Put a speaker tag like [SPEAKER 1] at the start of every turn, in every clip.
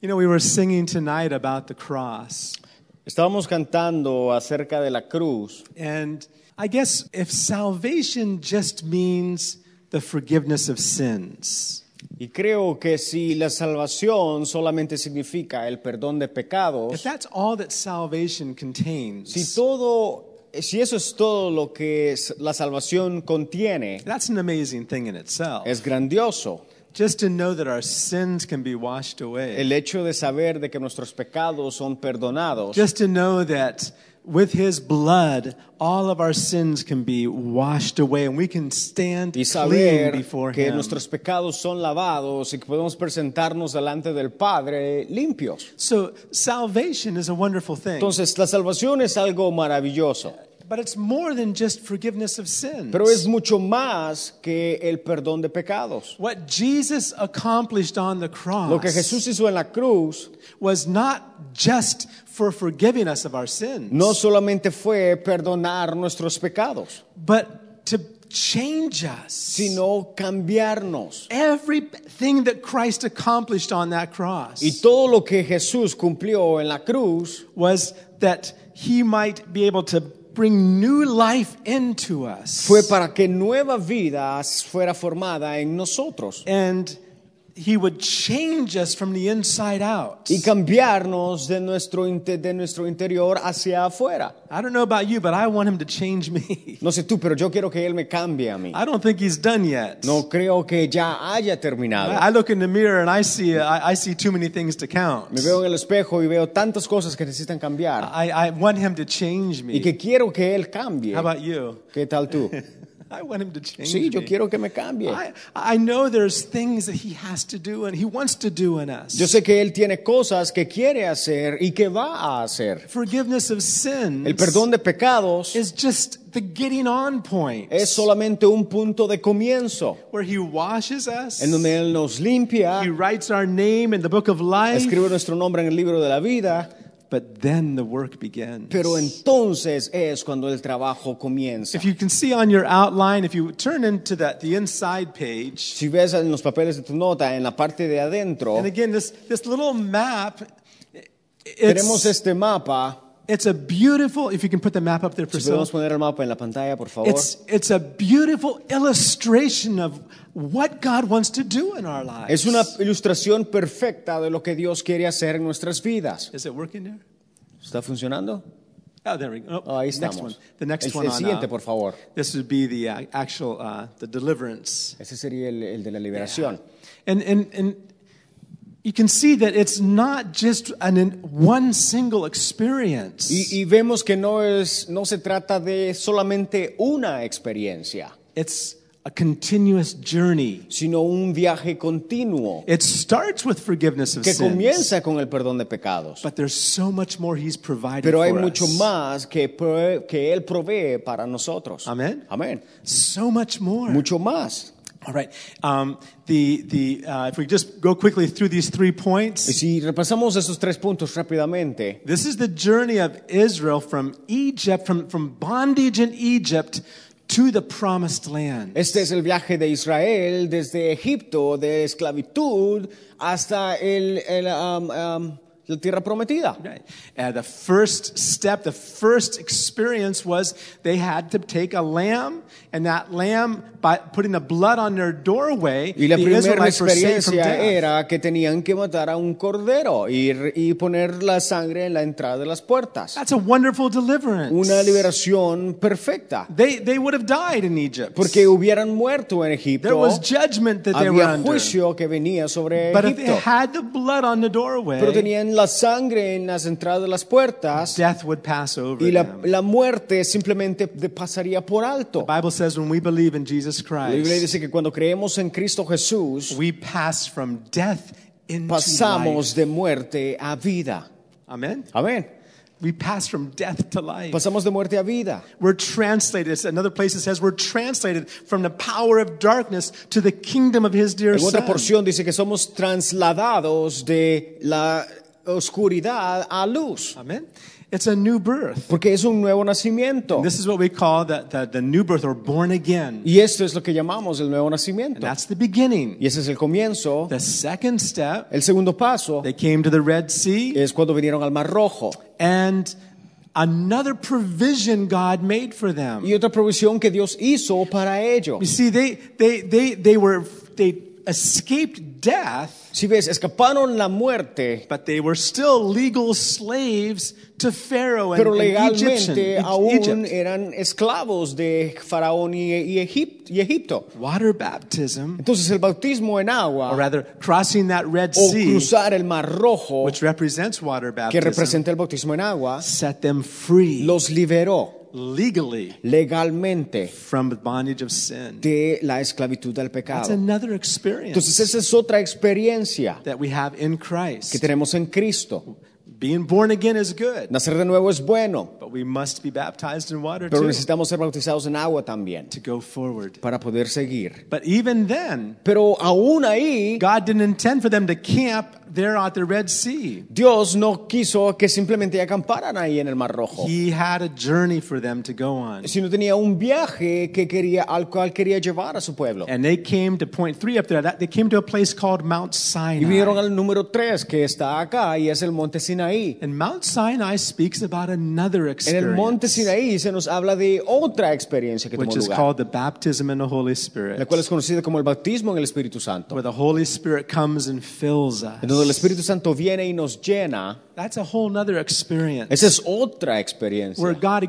[SPEAKER 1] You know, we were singing tonight about the cross.
[SPEAKER 2] Estábamos cantando acerca de la cruz
[SPEAKER 1] And I guess if salvation just means the forgiveness of sins,
[SPEAKER 2] y creo que si la salvación solamente significa el perdón de
[SPEAKER 1] if
[SPEAKER 2] pecados,
[SPEAKER 1] that's all that salvation contains,
[SPEAKER 2] si todo, si eso es todo lo que es- la salvación contiene,
[SPEAKER 1] that's an amazing thing in itself.
[SPEAKER 2] es grandioso.
[SPEAKER 1] Just to know that our sins can be washed away.
[SPEAKER 2] El hecho de saber de que nuestros pecados son perdonados,
[SPEAKER 1] Just to know that with his blood, all of our sins can be washed away and we can stand
[SPEAKER 2] y
[SPEAKER 1] clean
[SPEAKER 2] saber
[SPEAKER 1] before
[SPEAKER 2] que
[SPEAKER 1] him.
[SPEAKER 2] nuestros pecados son lavados y que podemos presentarnos delante del Padre limpios.
[SPEAKER 1] So salvation is a wonderful thing.
[SPEAKER 2] Entonces, la salvación es algo maravilloso,
[SPEAKER 1] but it's more than just forgiveness of sins.
[SPEAKER 2] pero es mucho más que el perdón de pecados.
[SPEAKER 1] what Jesus accomplished on the cross
[SPEAKER 2] Lo que Jesús hizo en la cruz
[SPEAKER 1] was not just for forgiving us of our sins,
[SPEAKER 2] no solamente fue perdonar nuestros pecados,
[SPEAKER 1] but to change us.
[SPEAKER 2] sino cambiarnos.
[SPEAKER 1] Everything that Christ accomplished on that cross.
[SPEAKER 2] Y todo lo que Jesús cumplió en la cruz
[SPEAKER 1] was that he might be able to bring new life into us.
[SPEAKER 2] fue para que nueva vida fuera formada en nosotros
[SPEAKER 1] and he would change us from the inside out.
[SPEAKER 2] y cambiarnos de nuestro, inte- de nuestro interior hacia afuera.
[SPEAKER 1] I don't know about you, but I want him to change me.
[SPEAKER 2] No sé tú, pero yo quiero que Él me cambie a mí.
[SPEAKER 1] I don't think he's done yet.
[SPEAKER 2] No creo que ya haya terminado.
[SPEAKER 1] I I look in the mirror and I see uh, I, I see too many things to count.
[SPEAKER 2] Me veo en el espejo y veo tantas cosas que necesitan cambiar
[SPEAKER 1] I, I want him to change
[SPEAKER 2] y
[SPEAKER 1] me.
[SPEAKER 2] que quiero que Él cambie.
[SPEAKER 1] How about you?
[SPEAKER 2] ¿Qué tal tú?
[SPEAKER 1] I want him to change
[SPEAKER 2] Sí, yo
[SPEAKER 1] me.
[SPEAKER 2] quiero que me cambie.
[SPEAKER 1] I, I know there's things that he has to do and he wants to do in us.
[SPEAKER 2] Yo sé que Él tiene cosas que quiere hacer y que va a hacer.
[SPEAKER 1] Forgiveness of sins.
[SPEAKER 2] El perdón de pecados
[SPEAKER 1] is just the getting on point
[SPEAKER 2] es solamente un punto de comienzo
[SPEAKER 1] where he washes us
[SPEAKER 2] en donde Él nos
[SPEAKER 1] he
[SPEAKER 2] limpia,
[SPEAKER 1] writes our name in the book of life
[SPEAKER 2] escribe nuestro nombre en el libro de la vida,
[SPEAKER 1] but then the work begins
[SPEAKER 2] pero entonces es cuando el trabajo comienza.
[SPEAKER 1] if you can see on your outline if you turn into that the inside page
[SPEAKER 2] Si ves en los papeles de tu nota, en la parte de adentro,
[SPEAKER 1] and again this this little map
[SPEAKER 2] tenemos
[SPEAKER 1] it's,
[SPEAKER 2] este mapa.
[SPEAKER 1] it's a beautiful if you can put the map up there
[SPEAKER 2] Si podemos
[SPEAKER 1] Priscilla
[SPEAKER 2] poner el mapa en la pantalla, por favor.
[SPEAKER 1] it's it's a beautiful illustration of what God wants to do in our lives
[SPEAKER 2] Es una ilustración perfecta de lo que Dios quiere hacer en nuestras vidas.
[SPEAKER 1] is it working there
[SPEAKER 2] ¿Está funcionando?
[SPEAKER 1] oh there we go
[SPEAKER 2] Oh, ahí
[SPEAKER 1] next
[SPEAKER 2] estamos.
[SPEAKER 1] one the next
[SPEAKER 2] el,
[SPEAKER 1] one
[SPEAKER 2] el
[SPEAKER 1] on uh,
[SPEAKER 2] siguiente,
[SPEAKER 1] up.
[SPEAKER 2] por favor.
[SPEAKER 1] This would be the uh, actual uh, the deliverance.
[SPEAKER 2] Ese sería el, el de la liberación.
[SPEAKER 1] And and and you can see that it's not just an in one single experience.
[SPEAKER 2] Y, y vemos que no, es, no se trata de solamente una experiencia,
[SPEAKER 1] It's a continuous journey.
[SPEAKER 2] sino un viaje continuo
[SPEAKER 1] It starts with forgiveness of
[SPEAKER 2] que
[SPEAKER 1] sins,
[SPEAKER 2] comienza con el perdón de pecados.
[SPEAKER 1] but there's so much more He's provided
[SPEAKER 2] Pero hay
[SPEAKER 1] for
[SPEAKER 2] mucho
[SPEAKER 1] us.
[SPEAKER 2] más que, pro- que Él provee para nosotros.
[SPEAKER 1] Amén.
[SPEAKER 2] Amén.
[SPEAKER 1] So much more.
[SPEAKER 2] Mucho más.
[SPEAKER 1] All right. Um, the the uh, if we just go quickly through these three
[SPEAKER 2] Y
[SPEAKER 1] points.
[SPEAKER 2] si repasamos esos tres puntos rápidamente,
[SPEAKER 1] This is the journey of Israel from Egypt, from, from bondage in Egypt to the promised land.
[SPEAKER 2] este es el viaje de Israel desde Egipto, de esclavitud hasta el, el, um, um, la tierra prometida.
[SPEAKER 1] Right. And the first step, the first experience was they had to take a lamb, and that lamb, by putting the blood on their doorway,
[SPEAKER 2] Y la
[SPEAKER 1] the
[SPEAKER 2] primera
[SPEAKER 1] Israelites were saved from
[SPEAKER 2] experiencia
[SPEAKER 1] death.
[SPEAKER 2] era que tenían que matar a un cordero y, y poner la sangre en la entrada de las puertas.
[SPEAKER 1] That's a wonderful deliverance.
[SPEAKER 2] Una liberación perfecta.
[SPEAKER 1] They, they would have died in Egypt.
[SPEAKER 2] Porque hubieran muerto en
[SPEAKER 1] there
[SPEAKER 2] Egipto.
[SPEAKER 1] was judgment that they were
[SPEAKER 2] Había
[SPEAKER 1] under.
[SPEAKER 2] juicio que venía sobre
[SPEAKER 1] But if they
[SPEAKER 2] Egipto.
[SPEAKER 1] had the blood on the doorway,
[SPEAKER 2] Pero tenían la sangre en las entradas de las puertas
[SPEAKER 1] death would pass over
[SPEAKER 2] y la,
[SPEAKER 1] them.
[SPEAKER 2] la muerte simplemente de- pasaría por alto.
[SPEAKER 1] Bible says when we believe in Jesus
[SPEAKER 2] La Biblia
[SPEAKER 1] Christ,
[SPEAKER 2] dice que cuando creemos en Cristo Jesús,
[SPEAKER 1] we pass from death into
[SPEAKER 2] pasamos
[SPEAKER 1] life.
[SPEAKER 2] de muerte a vida.
[SPEAKER 1] Amen.
[SPEAKER 2] Amén.
[SPEAKER 1] We pass from death to life.
[SPEAKER 2] Pasamos de muerte a vida.
[SPEAKER 1] We're translated. It's another place it says we're translated from the power of darkness to the kingdom of His dear
[SPEAKER 2] En otra
[SPEAKER 1] Son.
[SPEAKER 2] porción dice que somos trasladados de la oscuridad a luz.
[SPEAKER 1] Amen. It's a new birth.
[SPEAKER 2] porque es un nuevo nacimiento.
[SPEAKER 1] This is what we call the, the, the new birth or born again.
[SPEAKER 2] Y esto es lo que llamamos el nuevo nacimiento.
[SPEAKER 1] That's the beginning.
[SPEAKER 2] Y ese es el comienzo.
[SPEAKER 1] The second step,
[SPEAKER 2] El segundo paso
[SPEAKER 1] they came to the Red Sea,
[SPEAKER 2] es cuando vinieron al Mar Rojo.
[SPEAKER 1] and another provision God made for them.
[SPEAKER 2] Y otra provisión que Dios hizo para
[SPEAKER 1] You
[SPEAKER 2] ellos.
[SPEAKER 1] see, they, they, they, they were, they escaped death,
[SPEAKER 2] Si ves, escaparon la muerte,
[SPEAKER 1] but they were still legal slaves to Pharaoh and,
[SPEAKER 2] pero
[SPEAKER 1] and Egyptian,
[SPEAKER 2] legalmente aún
[SPEAKER 1] Egypt.
[SPEAKER 2] eran esclavos de Faraón y, y Egip- y Egipto.
[SPEAKER 1] Water baptism,
[SPEAKER 2] Entonces el bautismo en
[SPEAKER 1] or
[SPEAKER 2] agua
[SPEAKER 1] rather crossing that Red
[SPEAKER 2] o
[SPEAKER 1] Sea,
[SPEAKER 2] cruzar el Mar Rojo,
[SPEAKER 1] which represents water
[SPEAKER 2] que
[SPEAKER 1] baptism,
[SPEAKER 2] representa el bautismo en agua,
[SPEAKER 1] set them free
[SPEAKER 2] los liberó
[SPEAKER 1] legally
[SPEAKER 2] legalmente
[SPEAKER 1] from the bondage of sin.
[SPEAKER 2] de la esclavitud del
[SPEAKER 1] That's
[SPEAKER 2] pecado.
[SPEAKER 1] another experience
[SPEAKER 2] Entonces esa es otra experiencia
[SPEAKER 1] that we have in
[SPEAKER 2] que
[SPEAKER 1] Christ.
[SPEAKER 2] tenemos en Cristo.
[SPEAKER 1] Being born again is good,
[SPEAKER 2] Nacer de nuevo es bueno,
[SPEAKER 1] but we must be baptized in water
[SPEAKER 2] pero
[SPEAKER 1] too
[SPEAKER 2] necesitamos ser bautizados en agua también
[SPEAKER 1] to go forward.
[SPEAKER 2] para poder seguir.
[SPEAKER 1] But even then,
[SPEAKER 2] Pero aún ahí,
[SPEAKER 1] God didn't intend for them to camp there at the Red Sea.
[SPEAKER 2] Dios no quiso que simplemente acamparan ahí en el Mar Rojo,
[SPEAKER 1] He had a journey for them to go on.
[SPEAKER 2] sino tenía un viaje que quería, al cual quería llevar a su pueblo.
[SPEAKER 1] And they came to point three up there. That, they came to a place called Mount
[SPEAKER 2] Y vinieron
[SPEAKER 1] Sinai.
[SPEAKER 2] al número 3 que está acá y es el monte Sinaí.
[SPEAKER 1] And Mount Sinai speaks about another
[SPEAKER 2] En el monte
[SPEAKER 1] experience,
[SPEAKER 2] Sinaí se nos habla de otra experiencia que
[SPEAKER 1] which
[SPEAKER 2] tomó
[SPEAKER 1] is
[SPEAKER 2] lugar,
[SPEAKER 1] called the baptism in the Holy
[SPEAKER 2] la
[SPEAKER 1] Spirit,
[SPEAKER 2] cual es conocida como el bautismo en el Espíritu Santo,
[SPEAKER 1] where the Holy Spirit comes and fills
[SPEAKER 2] en donde el
[SPEAKER 1] us.
[SPEAKER 2] Espíritu Santo viene y nos llena.
[SPEAKER 1] That's a whole nother experience,
[SPEAKER 2] Esa es otra
[SPEAKER 1] where
[SPEAKER 2] experiencia.
[SPEAKER 1] God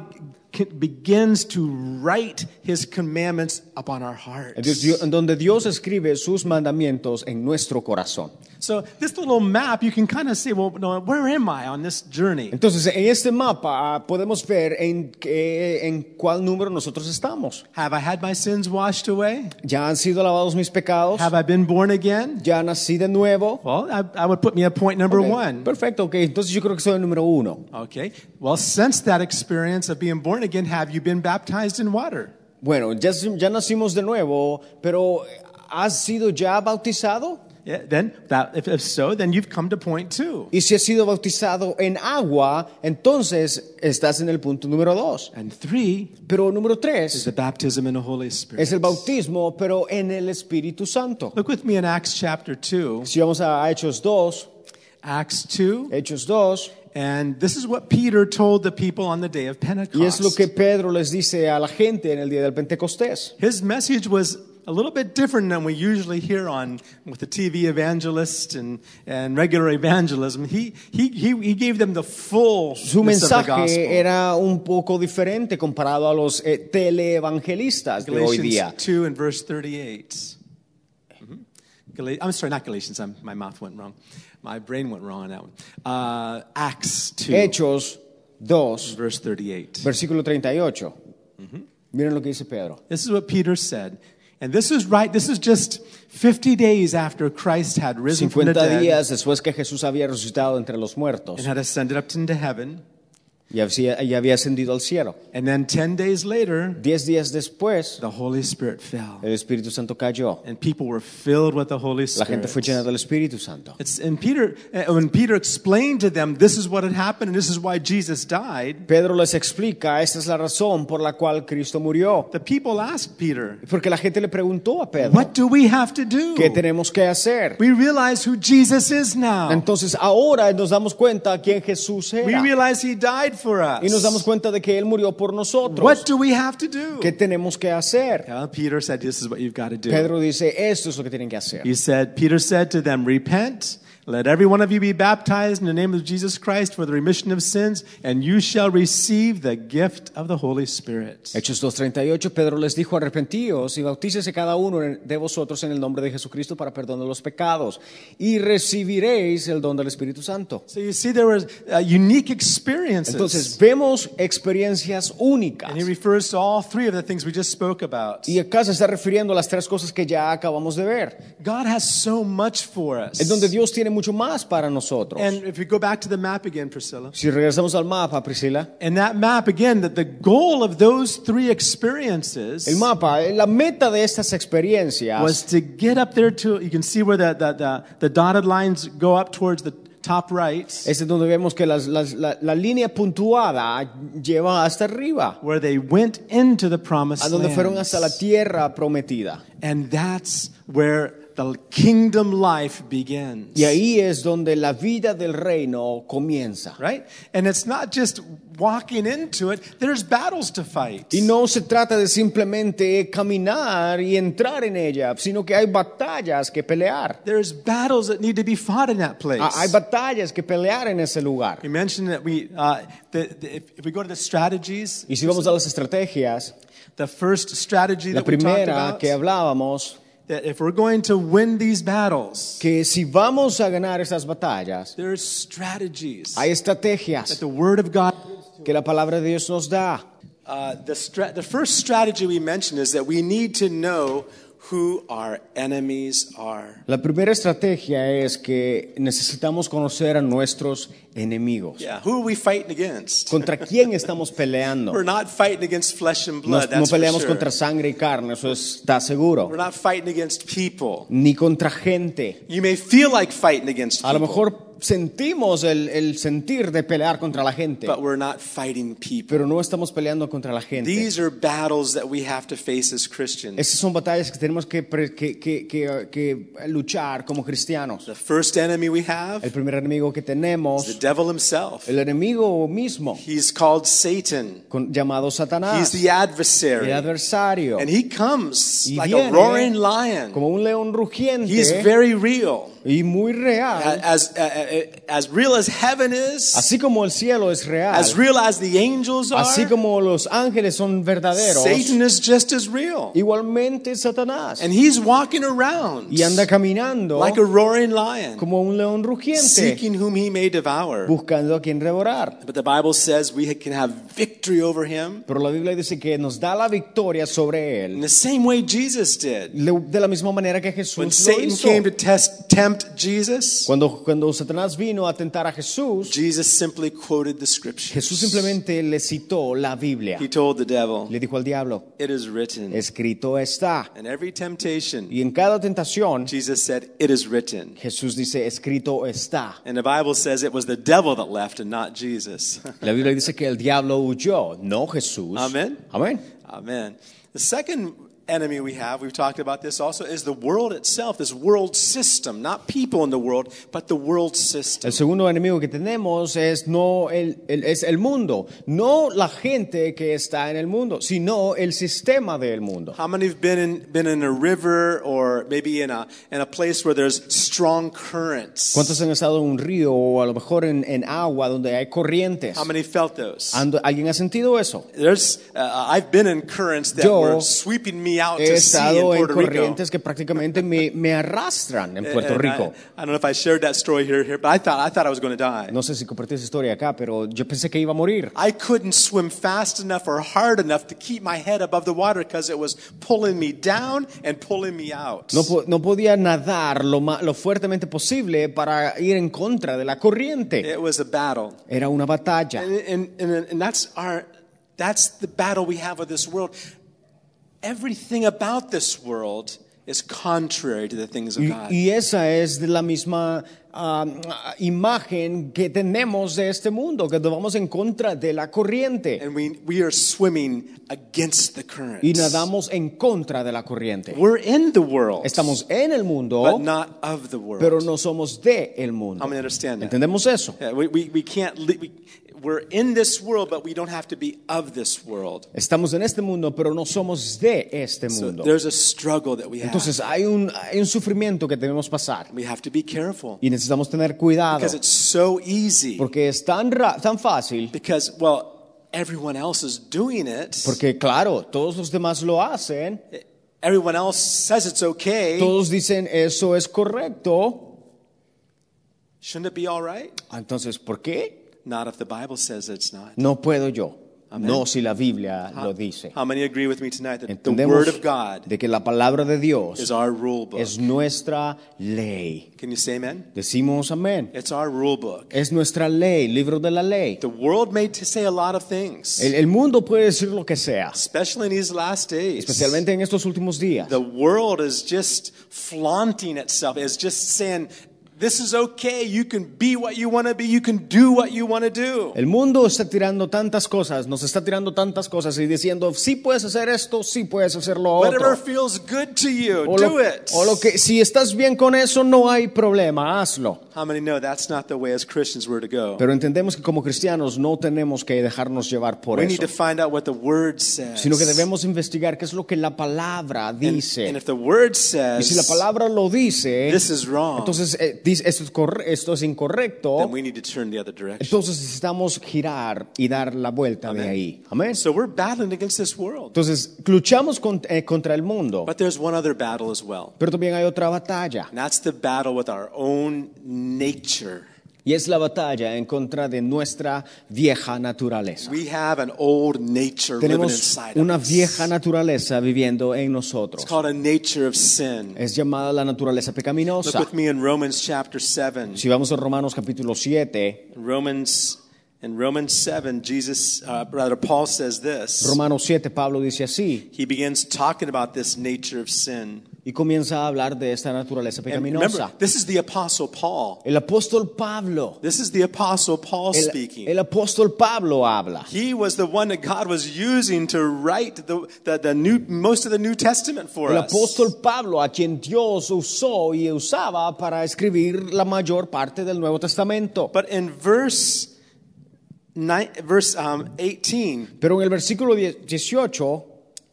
[SPEAKER 1] can- begins to write His commandments upon our hearts.
[SPEAKER 2] Dios- Dios- en donde Dios escribe sus mandamientos en nuestro corazón.
[SPEAKER 1] So this little map, you can kind of say, well, no, where am I on this journey?
[SPEAKER 2] Entonces, en este mapa ah, podemos ver en, qué- en cuál número nosotros estamos.
[SPEAKER 1] Have I had my sins washed away?
[SPEAKER 2] ¿Ya han sido lavados mis pecados?
[SPEAKER 1] Have I been born again?
[SPEAKER 2] ¿Ya nací de nuevo?
[SPEAKER 1] Well, I, I would put me at point number
[SPEAKER 2] Ok,
[SPEAKER 1] one.
[SPEAKER 2] Perfecto, ok. Entonces yo creo que soy el número uno.
[SPEAKER 1] Okay. Well, since that experience of being born again, have you been baptized in water?
[SPEAKER 2] Bueno, ya, ya nacimos de nuevo, pero eh, ¿has sido ya bautizado?
[SPEAKER 1] Yeah, then, that, if, if so, then you've come to point two.
[SPEAKER 2] Y si has sido bautizado en agua, entonces estás en el punto número dos.
[SPEAKER 1] And three
[SPEAKER 2] Pero número
[SPEAKER 1] is
[SPEAKER 2] tres
[SPEAKER 1] the baptism in the Holy Spirit.
[SPEAKER 2] es el bautismo, pero en el Espíritu Santo.
[SPEAKER 1] Look with me in Acts chapter 2.
[SPEAKER 2] Si vamos a Hechos 2,
[SPEAKER 1] Acts 2.
[SPEAKER 2] Hechos 2,
[SPEAKER 1] And this is what Peter told the people on the day of Pentecost.
[SPEAKER 2] Y es lo que Pedro les dice a la gente en el día del Pentecostés.
[SPEAKER 1] His message was a little bit different than we usually hear on with the TV evangelist and, and regular evangelism. He, he, he, he gave them the full
[SPEAKER 2] Su
[SPEAKER 1] of the gospel.
[SPEAKER 2] mensaje era un poco diferente comparado a los eh, teleevangelistas de hoy día.
[SPEAKER 1] Galatians 2 and verse 38. Mhm. Gala- I'm sorry, not Galatians. I'm, my mouth went wrong. My brain went wrong on that one. Uh, Acts 2,
[SPEAKER 2] Hechos 2,
[SPEAKER 1] verse 38.
[SPEAKER 2] versículo 38. Miren lo que dice Pedro.
[SPEAKER 1] This is what Peter said. And this is right. This is just 50 days after Christ had risen from the
[SPEAKER 2] 50
[SPEAKER 1] dead
[SPEAKER 2] días después que Jesús había resucitado entre los
[SPEAKER 1] and
[SPEAKER 2] muertos
[SPEAKER 1] had ascended up into heaven.
[SPEAKER 2] y había, y había ascendido al cielo.
[SPEAKER 1] And then 10 days later,
[SPEAKER 2] 10 días después,
[SPEAKER 1] the Holy Spirit fell.
[SPEAKER 2] el Espíritu Santo cayó.
[SPEAKER 1] And people were filled with the Holy
[SPEAKER 2] La
[SPEAKER 1] Spirit.
[SPEAKER 2] gente fue llena del Espíritu Santo.
[SPEAKER 1] It's, and Peter, uh, when Peter explained to them, this is what had happened and this is why Jesus died,
[SPEAKER 2] Pedro les explica, esta es la razón por la cual Cristo murió.
[SPEAKER 1] the people asked Peter,
[SPEAKER 2] Porque la gente le preguntó a Pedro,
[SPEAKER 1] What do we have to do?
[SPEAKER 2] ¿qué tenemos que hacer?
[SPEAKER 1] We realize who Jesus is now.
[SPEAKER 2] Entonces ahora nos damos cuenta quién Jesús
[SPEAKER 1] We
[SPEAKER 2] era
[SPEAKER 1] realize he died for us.
[SPEAKER 2] y nos damos cuenta de que Él murió por nosotros.
[SPEAKER 1] What do we have to do?
[SPEAKER 2] ¿Qué tenemos que hacer?
[SPEAKER 1] Yeah, Peter said, This is what you've got to do.
[SPEAKER 2] Pedro dice, esto es lo que tienen que hacer.
[SPEAKER 1] He said, Peter said to them, Repent, let every one of you be baptized in the name of Jesus Christ for the remission of sins, and you shall receive the gift of the Holy Spirit.
[SPEAKER 2] Hechos 2.38, Pedro les dijo, arrepentíos y bautícese cada uno en- de vosotros en el nombre de Jesucristo para perdón de los pecados y recibiréis el don del Espíritu Santo.
[SPEAKER 1] So you see, there were uh, unique experiences.
[SPEAKER 2] Entonces vemos experiencias únicas.
[SPEAKER 1] and he refers to all three of the things we just spoke about.
[SPEAKER 2] Y acá se está refiriendo a las tres cosas que ya acabamos de ver.
[SPEAKER 1] God has so much for us.
[SPEAKER 2] Es donde Dios tiene mucho más para nosotros.
[SPEAKER 1] And if we go back to the map again, Priscilla.
[SPEAKER 2] si regresamos al mapa, Priscila,
[SPEAKER 1] And that map again, that the goal of those three experiences
[SPEAKER 2] el mapa, eh, la meta de estas experiencias
[SPEAKER 1] Pues, was to get up there to you can see where the, the, the, the dotted lines go up towards the top right,
[SPEAKER 2] Este es donde vemos que las- las- la, la línea puntuada lleva hasta arriba,
[SPEAKER 1] where they went into the promised
[SPEAKER 2] a Ah, donde fueron hasta la
[SPEAKER 1] land.
[SPEAKER 2] tierra prometida.
[SPEAKER 1] And that's where the kingdom life begins.
[SPEAKER 2] Y ahí es donde la vida del reino comienza.
[SPEAKER 1] Right? And it's not just walking into it, there's battles to fight.
[SPEAKER 2] Y no se trata de simplemente caminar y entrar en ella, sino que hay batallas que pelear.
[SPEAKER 1] There's battles that need to be fought in that place.
[SPEAKER 2] Ah, Hay batallas que pelear en ese lugar.
[SPEAKER 1] We mentioned that we, uh, the, the, if, if we go to the strategies,
[SPEAKER 2] Y si vamos a las estrategias,
[SPEAKER 1] the first strategy
[SPEAKER 2] la
[SPEAKER 1] that we talked
[SPEAKER 2] primera
[SPEAKER 1] about,
[SPEAKER 2] que hablábamos,
[SPEAKER 1] that if we're going to win these battles,
[SPEAKER 2] que si vamos a ganar estas batallas,
[SPEAKER 1] there's strategies
[SPEAKER 2] hay
[SPEAKER 1] that
[SPEAKER 2] estrategias
[SPEAKER 1] the Word of God.
[SPEAKER 2] que la palabra de Dios nos da.
[SPEAKER 1] Uh, the, stra- the first strategy we mentioned is that we need to know who our enemies are.
[SPEAKER 2] La primera estrategia es que necesitamos conocer a nuestros enemigos.
[SPEAKER 1] Yeah, who are we fighting against?
[SPEAKER 2] ¿Contra quién estamos peleando?
[SPEAKER 1] We're not fighting against flesh and
[SPEAKER 2] No,
[SPEAKER 1] blood.
[SPEAKER 2] no
[SPEAKER 1] that's for
[SPEAKER 2] peleamos
[SPEAKER 1] sure.
[SPEAKER 2] contra sangre y carne, eso está seguro.
[SPEAKER 1] We're not fighting against people.
[SPEAKER 2] Ni contra gente.
[SPEAKER 1] You may feel like fighting against
[SPEAKER 2] A lo
[SPEAKER 1] people,
[SPEAKER 2] mejor sentimos el, el sentir de pelear contra la gente,
[SPEAKER 1] but we're not fighting people.
[SPEAKER 2] pero no estamos peleando contra la gente.
[SPEAKER 1] These are battles that we have to face as Christians.
[SPEAKER 2] Esas son batallas que tenemos que, pre- que- que- que- que luchar como cristianos.
[SPEAKER 1] The first enemy we have
[SPEAKER 2] El
[SPEAKER 1] is
[SPEAKER 2] primer enemigo que
[SPEAKER 1] the
[SPEAKER 2] tenemos,
[SPEAKER 1] devil himself.
[SPEAKER 2] el enemigo mismo,
[SPEAKER 1] He's called Satan.
[SPEAKER 2] con- llamado
[SPEAKER 1] He's
[SPEAKER 2] Satanás,
[SPEAKER 1] the
[SPEAKER 2] el
[SPEAKER 1] adversary.
[SPEAKER 2] adversario.
[SPEAKER 1] And he comes
[SPEAKER 2] Y
[SPEAKER 1] like a
[SPEAKER 2] viene
[SPEAKER 1] roaring lion.
[SPEAKER 2] como un león rugiente
[SPEAKER 1] He's very real.
[SPEAKER 2] y muy real.
[SPEAKER 1] As, as, uh, as real as heaven is,
[SPEAKER 2] Así como el cielo es real,
[SPEAKER 1] as real as the angels are,
[SPEAKER 2] así como los ángeles son verdaderos,
[SPEAKER 1] Satan is just as real.
[SPEAKER 2] igualmente Satanás.
[SPEAKER 1] And he's walking around
[SPEAKER 2] Y anda caminando
[SPEAKER 1] like a roaring lion,
[SPEAKER 2] como un león rugiente,
[SPEAKER 1] seeking whom he may devour.
[SPEAKER 2] buscando a quien devorar.
[SPEAKER 1] But the Bible says we can have victory over him
[SPEAKER 2] Pero la Biblia dice que nos da la victoria sobre
[SPEAKER 1] in
[SPEAKER 2] él.
[SPEAKER 1] the same way Jesus did.
[SPEAKER 2] Le- De la misma manera que
[SPEAKER 1] When
[SPEAKER 2] Jesús lo
[SPEAKER 1] Satan came to
[SPEAKER 2] hizo.
[SPEAKER 1] test, tempt Jesus,
[SPEAKER 2] Cuando, cuando Satanás vino a tentar a Jesús,
[SPEAKER 1] Jesus simply quoted the scripture.
[SPEAKER 2] Jesús simplemente le citó la Biblia.
[SPEAKER 1] He told the devil,
[SPEAKER 2] Le dijo al diablo,
[SPEAKER 1] It is written.
[SPEAKER 2] escrito está.
[SPEAKER 1] And every temptation,
[SPEAKER 2] Y en cada tentación,
[SPEAKER 1] Jesus said, It is written.
[SPEAKER 2] Jesús dice, escrito está.
[SPEAKER 1] And the Bible says it was the devil that left and not Jesus.
[SPEAKER 2] La Biblia dice que el diablo huyó, no Jesús.
[SPEAKER 1] Amén.
[SPEAKER 2] Amén.
[SPEAKER 1] Amen. The second enemy we have, we've talked about this also, is the world itself, this world system, not people in the world, but the world system.
[SPEAKER 2] El segundo enemigo que tenemos es no el, el- es el mundo, no la gente que está en el mundo, sino el sistema del mundo.
[SPEAKER 1] How many have been in, been in a river or maybe in a, in a place where there's strong currents?
[SPEAKER 2] ¿Cuántos han estado en un río o a lo mejor en, en agua donde hay corrientes?
[SPEAKER 1] How many felt those?
[SPEAKER 2] Ando- ¿Alguien ha sentido eso?
[SPEAKER 1] There's, uh, I've been in currents that
[SPEAKER 2] Yo
[SPEAKER 1] were sweeping me out
[SPEAKER 2] He
[SPEAKER 1] to sea in
[SPEAKER 2] estado en
[SPEAKER 1] Puerto Rico. Eh,
[SPEAKER 2] corrientes que prácticamente me, me arrastran en Puerto
[SPEAKER 1] And I-
[SPEAKER 2] Rico.
[SPEAKER 1] I, don't know if I shared that story here, here, but I thought I thought I was going to die.
[SPEAKER 2] No sé si compartí esa historia acá, pero yo pensé que iba a morir.
[SPEAKER 1] I couldn't swim fast enough or hard enough to keep my head above the water because it was pulling me down and pulling me out.
[SPEAKER 2] No, po- no podía nadar lo, ma- lo fuertemente posible para ir en contra de la corriente.
[SPEAKER 1] It was a battle,
[SPEAKER 2] Era una batalla.
[SPEAKER 1] and, and, and, and that's our that's the battle we have with this world. Everything about this world is contrary to the things of
[SPEAKER 2] Y,
[SPEAKER 1] God.
[SPEAKER 2] y esa es de la misma ah, imagen que tenemos de este mundo, que vamos en contra de la corriente
[SPEAKER 1] and we, we are swimming against the current.
[SPEAKER 2] y nadamos en contra de la corriente.
[SPEAKER 1] We're in the world,
[SPEAKER 2] Estamos en el
[SPEAKER 1] but
[SPEAKER 2] mundo,
[SPEAKER 1] not of the world.
[SPEAKER 2] pero no somos de el mundo.
[SPEAKER 1] How many understand that?
[SPEAKER 2] ¿Entendemos eso?
[SPEAKER 1] Yeah, we, we, we can't, li- we, we're in this world, but we don't have to be of this world.
[SPEAKER 2] Estamos en este mundo, pero no somos de este
[SPEAKER 1] So
[SPEAKER 2] mundo.
[SPEAKER 1] there's a struggle that we have.
[SPEAKER 2] Entonces hay un, hay un sufrimiento que debemos pasar
[SPEAKER 1] we have to be careful
[SPEAKER 2] y necesitamos tener cuidado
[SPEAKER 1] because it's so easy.
[SPEAKER 2] porque es tan, ra- tan fácil,
[SPEAKER 1] Because, well, everyone else is doing it.
[SPEAKER 2] porque claro, todos los demás lo hacen.
[SPEAKER 1] Everyone else says it's okay.
[SPEAKER 2] Todos dicen eso es correcto.
[SPEAKER 1] Shouldn't it be all right?
[SPEAKER 2] Entonces, ¿por qué?
[SPEAKER 1] Not if the Bible says it's not.
[SPEAKER 2] No puedo yo. No si la Biblia lo dice.
[SPEAKER 1] How many agree with me tonight that the
[SPEAKER 2] Entendemos
[SPEAKER 1] Word of God
[SPEAKER 2] de que la palabra de Dios
[SPEAKER 1] is our rule book?
[SPEAKER 2] es nuestra ley.
[SPEAKER 1] Can you say amen?
[SPEAKER 2] Decimos amén.
[SPEAKER 1] It's our rule book.
[SPEAKER 2] Es nuestra ley, libro de la ley.
[SPEAKER 1] The world may t- say a lot of things,
[SPEAKER 2] El, el mundo puede decir lo que sea,
[SPEAKER 1] especially in these last days.
[SPEAKER 2] especialmente en estos últimos días.
[SPEAKER 1] The world is just flaunting itself, is just saying This is okay. You can be what you want to be. You can do what you want to do.
[SPEAKER 2] El mundo está tirando tantas cosas, nos está tirando tantas cosas y diciendo, sí puedes hacer esto, sí puedes hacer lo
[SPEAKER 1] Whatever
[SPEAKER 2] otro.
[SPEAKER 1] feels good to you,
[SPEAKER 2] O
[SPEAKER 1] do
[SPEAKER 2] lo,
[SPEAKER 1] it.
[SPEAKER 2] o lo que, si estás bien con eso, no hay problema, hazlo.
[SPEAKER 1] How many know that's not the way as Christians we're to go?
[SPEAKER 2] Pero entendemos que como cristianos no tenemos que dejarnos llevar por
[SPEAKER 1] We need to
[SPEAKER 2] eso,
[SPEAKER 1] find out what the Word says.
[SPEAKER 2] sino que debemos investigar qué es lo que la palabra
[SPEAKER 1] and,
[SPEAKER 2] dice.
[SPEAKER 1] and if the Word
[SPEAKER 2] y
[SPEAKER 1] says
[SPEAKER 2] si la palabra lo dice,
[SPEAKER 1] this is wrong,
[SPEAKER 2] entonces eh, dice, esto, es corre- esto es incorrecto,
[SPEAKER 1] then we need to turn the other direction.
[SPEAKER 2] entonces necesitamos girar y dar la vuelta de ahí. Amén.
[SPEAKER 1] So we're battling against this world.
[SPEAKER 2] Entonces, luchamos con- eh, contra el mundo,
[SPEAKER 1] But there's one other battle as well,
[SPEAKER 2] pero también hay otra batalla,
[SPEAKER 1] and that's the battle with our own nature.
[SPEAKER 2] y es la batalla en contra de nuestra vieja naturaleza.
[SPEAKER 1] We have an old nature living
[SPEAKER 2] Tenemos
[SPEAKER 1] inside
[SPEAKER 2] una
[SPEAKER 1] of us.
[SPEAKER 2] vieja naturaleza viviendo en nosotros.
[SPEAKER 1] It's called a nature of sin.
[SPEAKER 2] Es llamada la naturaleza
[SPEAKER 1] Look
[SPEAKER 2] pecaminosa.
[SPEAKER 1] with me in Romans chapter 7.
[SPEAKER 2] Si vamos a Romanos capítulo 7,
[SPEAKER 1] Romans in Romans 7, Jesus, uh, rather Paul says this.
[SPEAKER 2] Romanos 7, Pablo dice así,
[SPEAKER 1] he begins talking about this nature of sin.
[SPEAKER 2] y comienza a hablar de esta naturaleza
[SPEAKER 1] And remember,
[SPEAKER 2] pecaminosa.
[SPEAKER 1] this is the apostle Paul.
[SPEAKER 2] El apóstol Pablo,
[SPEAKER 1] This is the apostle Paul
[SPEAKER 2] el,
[SPEAKER 1] speaking.
[SPEAKER 2] el apóstol Pablo habla.
[SPEAKER 1] he was the one that God was using to write the, the, the new, most of the New Testament for
[SPEAKER 2] El
[SPEAKER 1] us.
[SPEAKER 2] apóstol Pablo, a quien Dios usó y usaba para escribir la mayor parte del Nuevo Testamento.
[SPEAKER 1] But in verse, nine, verse um, 18,
[SPEAKER 2] Pero en el versículo 10 18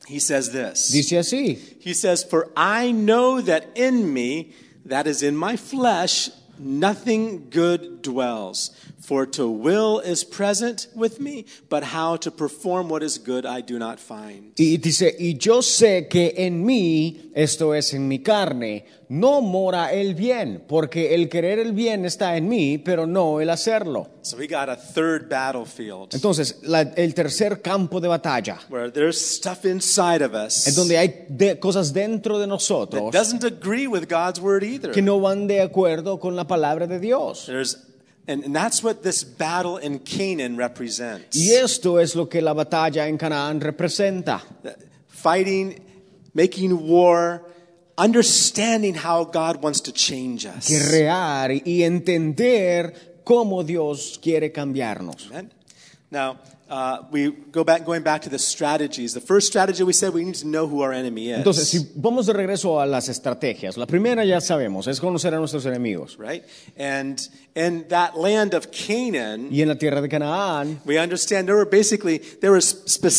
[SPEAKER 1] he says this.
[SPEAKER 2] dice así,
[SPEAKER 1] He says, For I know that in me, that is in my flesh, nothing good dwells. For to will is present with me, but how to perform what is good I do not find.
[SPEAKER 2] y dice, y yo sé que en mí, esto es en mi carne, no mora el bien, porque el querer el bien está en mí, pero no el hacerlo.
[SPEAKER 1] So we got a third battlefield
[SPEAKER 2] Entonces, la- el tercer campo de batalla,
[SPEAKER 1] where there's stuff inside of
[SPEAKER 2] es
[SPEAKER 1] us
[SPEAKER 2] donde hay de- cosas dentro de
[SPEAKER 1] that
[SPEAKER 2] nosotros
[SPEAKER 1] doesn't agree with God's word either.
[SPEAKER 2] que no van de acuerdo con la palabra de Dios.
[SPEAKER 1] There's and, and that's what this battle in Canaan represents.
[SPEAKER 2] Y esto es lo que la batalla en Canaán representa.
[SPEAKER 1] fighting, making war, understanding how God wants to change us.
[SPEAKER 2] Guerrear y entender cómo Dios quiere cambiarnos.
[SPEAKER 1] Amen. Now, uh, we go back, going back to the strategies. The first strategy we said we need to know who our enemy is.
[SPEAKER 2] Entonces, si vamos de regreso a las estrategias, la primera ya sabemos, es conocer a nuestros enemigos.
[SPEAKER 1] Right? And in that land of Canaan,
[SPEAKER 2] Y en la tierra de Canaán,
[SPEAKER 1] we understand there were basically, there were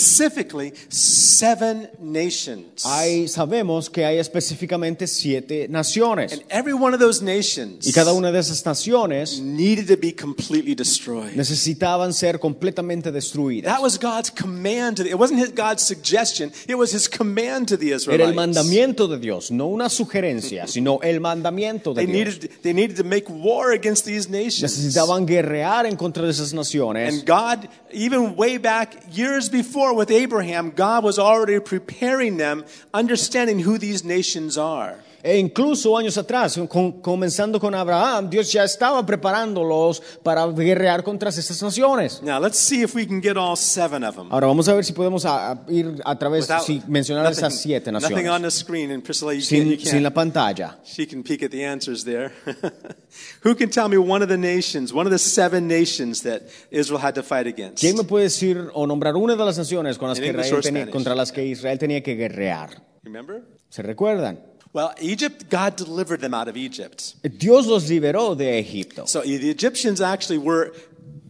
[SPEAKER 1] specifically seven nations.
[SPEAKER 2] hay, sabemos que hay específicamente siete naciones.
[SPEAKER 1] and every one of those nations
[SPEAKER 2] Y cada una de esas naciones
[SPEAKER 1] needed to be completely destroyed.
[SPEAKER 2] necesitaban ser completamente destruidas.
[SPEAKER 1] That was God's command to the, it wasn't his, God's suggestion, it was his command to the
[SPEAKER 2] Era
[SPEAKER 1] Israelites.
[SPEAKER 2] el mandamiento de Dios, no una sugerencia, sino el mandamiento
[SPEAKER 1] They
[SPEAKER 2] de Dios.
[SPEAKER 1] needed, they needed to make war against these nations.
[SPEAKER 2] Necesitaban guerrear en contra de esas naciones.
[SPEAKER 1] And God, even way back years before with Abraham, God was already preparing them, understanding who these nations are.
[SPEAKER 2] E incluso años atrás, con- comenzando con Abraham, Dios ya estaba preparándolos para guerrear contra esas naciones.
[SPEAKER 1] Now, let's see if we can get all seven of them.
[SPEAKER 2] Ahora vamos a ver si podemos a- a ir a través,
[SPEAKER 1] Without-
[SPEAKER 2] Ah, si mencionar esas siete
[SPEAKER 1] Pues, ah, nothing on
[SPEAKER 2] naciones.
[SPEAKER 1] the screen, and Priscilla, you can't. You
[SPEAKER 2] Sin, sin
[SPEAKER 1] can't.
[SPEAKER 2] la pantalla.
[SPEAKER 1] She can peek at the answers there. Who can tell me one of the nations, one of the seven nations that Israel had to fight against?
[SPEAKER 2] ¿Quién me puede decir o nombrar una de las naciones con las
[SPEAKER 1] In
[SPEAKER 2] que
[SPEAKER 1] English
[SPEAKER 2] Israel
[SPEAKER 1] or
[SPEAKER 2] tenía-
[SPEAKER 1] Spanish?
[SPEAKER 2] contra las que Israel tenía que guerrear?
[SPEAKER 1] Remember?
[SPEAKER 2] ¿Se recuerdan?
[SPEAKER 1] Well, Egypt, God delivered them out of Egypt.
[SPEAKER 2] Dios los liberó de Egipto.
[SPEAKER 1] So the Egyptians actually were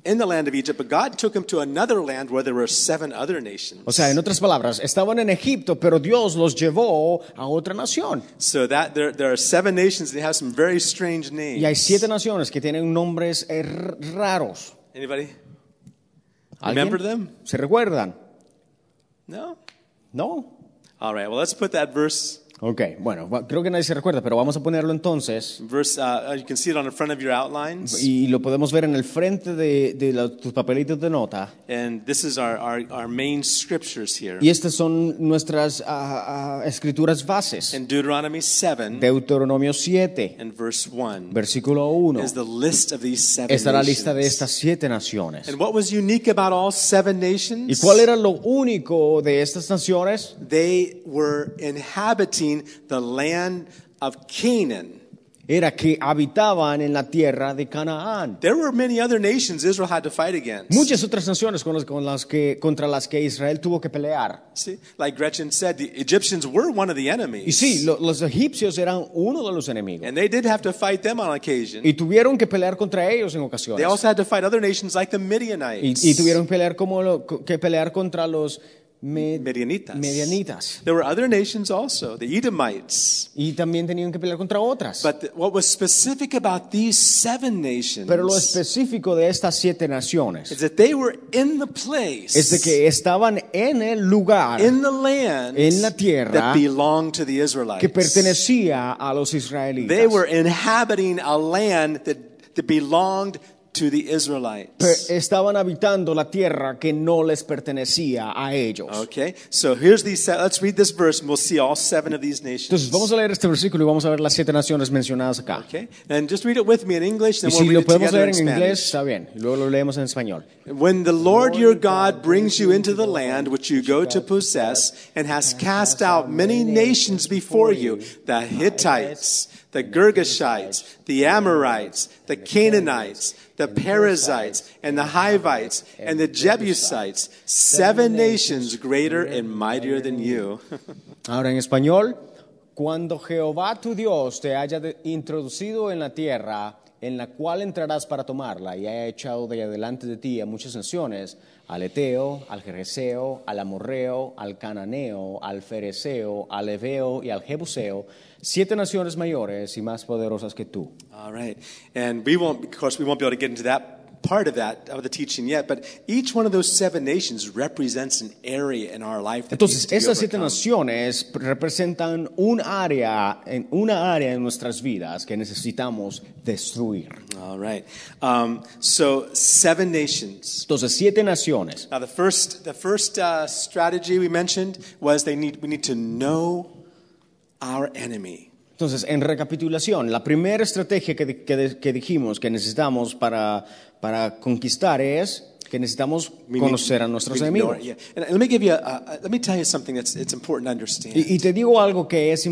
[SPEAKER 1] in the land of Egypt, but God took them to another land where there were seven other nations.
[SPEAKER 2] O sea, en otras palabras, estaban en Egipto, pero Dios los llevó a otra nación.
[SPEAKER 1] So that there, there are seven nations that have some very strange names.
[SPEAKER 2] Y hay siete naciones que tienen nombres eh, r- raros.
[SPEAKER 1] Anybody?
[SPEAKER 2] ¿Alguien?
[SPEAKER 1] Remember them?
[SPEAKER 2] ¿Se recuerdan?
[SPEAKER 1] No?
[SPEAKER 2] ¿No?
[SPEAKER 1] All right, well, let's put that verse.
[SPEAKER 2] Ok, bueno, va- creo que nadie se recuerda, pero vamos a ponerlo entonces.
[SPEAKER 1] Verse, uh, you can see it on the front of your outlines.
[SPEAKER 2] Y lo podemos ver en el frente de, de la- tus papelitos de nota.
[SPEAKER 1] And this is our, our, our main scriptures here.
[SPEAKER 2] Y estas son nuestras ah, ah, escrituras bases.
[SPEAKER 1] In Deuteronomy 7
[SPEAKER 2] Deuteronomio 7,
[SPEAKER 1] and verse 1
[SPEAKER 2] versículo 1.
[SPEAKER 1] is the list of these seven
[SPEAKER 2] Está la lista de
[SPEAKER 1] nations.
[SPEAKER 2] estas siete naciones.
[SPEAKER 1] And what was unique about all seven nations?
[SPEAKER 2] ¿Y cuál era lo único de estas naciones?
[SPEAKER 1] They were inhabiting the land of Canaan.
[SPEAKER 2] era que habitaban en la tierra de Canaán.
[SPEAKER 1] There were many other nations Israel had to fight against.
[SPEAKER 2] Muchas otras naciones con las, con las que, contra las que Israel tuvo que pelear.
[SPEAKER 1] See, like Gretchen said, the Egyptians were one of the
[SPEAKER 2] Y
[SPEAKER 1] enemies.
[SPEAKER 2] sí, lo- los egipcios eran uno de los enemigos.
[SPEAKER 1] And they did have to fight them on occasion.
[SPEAKER 2] Y tuvieron que pelear contra ellos en
[SPEAKER 1] They
[SPEAKER 2] ocasiones.
[SPEAKER 1] also had to fight other nations like the
[SPEAKER 2] Y,
[SPEAKER 1] Midianites.
[SPEAKER 2] y tuvieron que pelear, como lo- que pelear contra los me-
[SPEAKER 1] Midianitas.
[SPEAKER 2] medianitas.
[SPEAKER 1] There were other nations also, the Edomites.
[SPEAKER 2] Y también tenían que pelear contra otras.
[SPEAKER 1] But the, what was specific about these seven nations
[SPEAKER 2] Pero lo específico de estas siete naciones
[SPEAKER 1] is that they were in the place,
[SPEAKER 2] es de que estaban en el lugar
[SPEAKER 1] in the land
[SPEAKER 2] en la tierra
[SPEAKER 1] that belonged to the Israelites.
[SPEAKER 2] que pertenecía a los
[SPEAKER 1] They were
[SPEAKER 2] israelitas.
[SPEAKER 1] inhabiting a land that, that belonged to the Israelites.
[SPEAKER 2] Pe- Estaban habitando la tierra que no les pertenecía a ellos.
[SPEAKER 1] Okay, so here's these. se- Let's read this verse, and we'll see all seven of these
[SPEAKER 2] Entonces
[SPEAKER 1] nations.
[SPEAKER 2] vamos a leer este versículo y vamos a ver las siete naciones mencionadas acá.
[SPEAKER 1] Okay, and just read it with me in English,
[SPEAKER 2] Y
[SPEAKER 1] then
[SPEAKER 2] si
[SPEAKER 1] we'll read
[SPEAKER 2] lo
[SPEAKER 1] it
[SPEAKER 2] podemos
[SPEAKER 1] together
[SPEAKER 2] leer
[SPEAKER 1] in
[SPEAKER 2] en inglés,
[SPEAKER 1] Spanish.
[SPEAKER 2] está bien. y Luego lo leemos en español.
[SPEAKER 1] When the Lord your God brings you into the land which you go to possess, and has cast out many nations before you the Hittites, the Girgashites, the Amorites, the Canaanites, the Perizzites, and the Hivites, and the Jebusites, seven nations greater and mightier than you.
[SPEAKER 2] Ahora en español, cuando Jehová tu Dios te haya de- introducido en la tierra en la cual entrarás para tomarla y haya echado de delante de ti a muchas naciones, al Eteo, al Jerjeseo, al Amorreo, al Cananeo, al Fereseo, al Eveo y al Jebuseo, siete naciones mayores y más poderosas que tú.
[SPEAKER 1] All right. And we won't, of course, we won't be able to get into that part of that, of the teaching yet, but each one of those seven nations represents an area in our life that needs
[SPEAKER 2] Entonces,
[SPEAKER 1] to be
[SPEAKER 2] estas siete
[SPEAKER 1] overcome.
[SPEAKER 2] naciones representan un área, en una área en nuestras vidas que necesitamos destruir.
[SPEAKER 1] All right. Um, so, seven nations.
[SPEAKER 2] Entonces, siete naciones.
[SPEAKER 1] Now, the first, the first uh, strategy we mentioned was they need, we need to know our enemy.
[SPEAKER 2] Entonces, en recapitulación, la primera estrategia que, di- que di- que dijimos que necesitamos para, para conquistar es que necesitamos
[SPEAKER 1] We need-
[SPEAKER 2] conocer a nuestros
[SPEAKER 1] we need to know
[SPEAKER 2] enemigos.
[SPEAKER 1] it, yeah. And let me give you, a, a, let me tell you something that's it's important to understand.
[SPEAKER 2] Y, y te digo algo que es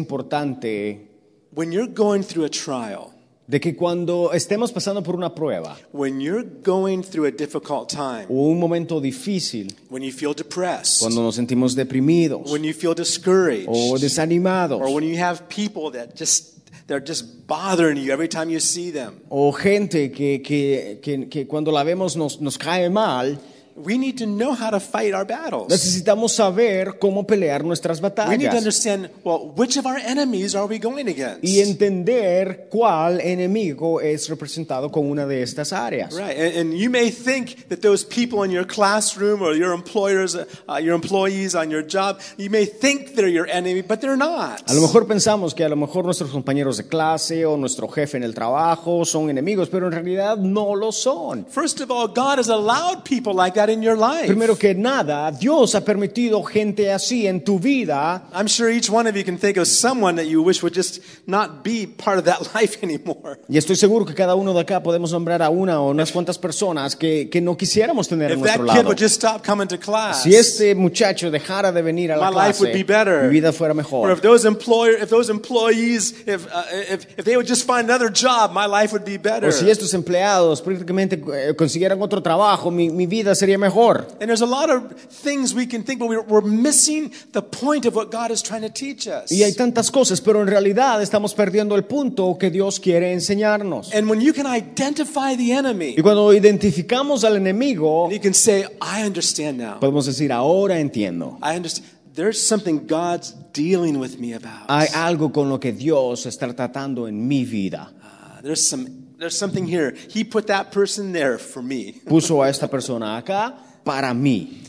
[SPEAKER 2] importante,
[SPEAKER 1] When you're going through a trial,
[SPEAKER 2] de que cuando estemos pasando por una prueba
[SPEAKER 1] when you're going through a difficult time,
[SPEAKER 2] o un momento difícil,
[SPEAKER 1] when you feel depressed,
[SPEAKER 2] cuando Oh, nos sentimos deprimidos
[SPEAKER 1] when you feel discouraged,
[SPEAKER 2] o desanimados,
[SPEAKER 1] or when you have people that just they're just bothering you every time you see them.
[SPEAKER 2] o gente que, que- que- que cuando la vemos nos, nos cae mal,
[SPEAKER 1] We need to know how to fight our battles.
[SPEAKER 2] necesitamos saber cómo pelear nuestras
[SPEAKER 1] We need to
[SPEAKER 2] batallas.
[SPEAKER 1] understand well which of our enemies are we going against?
[SPEAKER 2] y entender cuál enemigo es representado con una de estas áreas.
[SPEAKER 1] Right, and, and you may think that those people in your classroom or your employers, uh, your employees on your job, you may think they're your enemy, but they're not.
[SPEAKER 2] A lo mejor pensamos que a lo mejor nuestros compañeros de clase o nuestro jefe en el trabajo son enemigos, pero en realidad no lo son.
[SPEAKER 1] First of all, God has allowed people like that in your life.
[SPEAKER 2] Primero que nada, Dios ha permitido gente así en tu vida.
[SPEAKER 1] I'm sure each one of you can think of someone that you wish would just not be part of that life anymore.
[SPEAKER 2] Y estoy seguro que cada uno de acá podemos nombrar a una o unas cuantas personas que, que no quisiéramos tener a
[SPEAKER 1] If that
[SPEAKER 2] nuestro
[SPEAKER 1] kid
[SPEAKER 2] lado.
[SPEAKER 1] would just stop coming to class,
[SPEAKER 2] Si este muchacho dejara de venir a la
[SPEAKER 1] my life would be
[SPEAKER 2] clase,
[SPEAKER 1] better.
[SPEAKER 2] mi vida fuera
[SPEAKER 1] Or if
[SPEAKER 2] mejor.
[SPEAKER 1] those employer, if those employees, if, uh, if if they would just find another job, my life would be better.
[SPEAKER 2] O si estos empleados prácticamente eh, consiguieran otro trabajo, mi, mi vida sería mejor.
[SPEAKER 1] And there's a lot of things we can think, but we're, we're missing the point of what God is trying to teach us.
[SPEAKER 2] Y hay tantas cosas, pero en realidad estamos perdiendo el punto que Dios quiere enseñarnos.
[SPEAKER 1] And when you can identify the enemy,
[SPEAKER 2] Y cuando identificamos al enemigo,
[SPEAKER 1] you can say, "I understand now.
[SPEAKER 2] podemos decir, ahora entiendo.
[SPEAKER 1] I understand. There's something God's dealing with me about.
[SPEAKER 2] Hay algo con lo que Dios está tratando en mi vida.
[SPEAKER 1] Ah, there's some. There's something here. He put that person there for me."
[SPEAKER 2] Puso a esta persona acá para mí.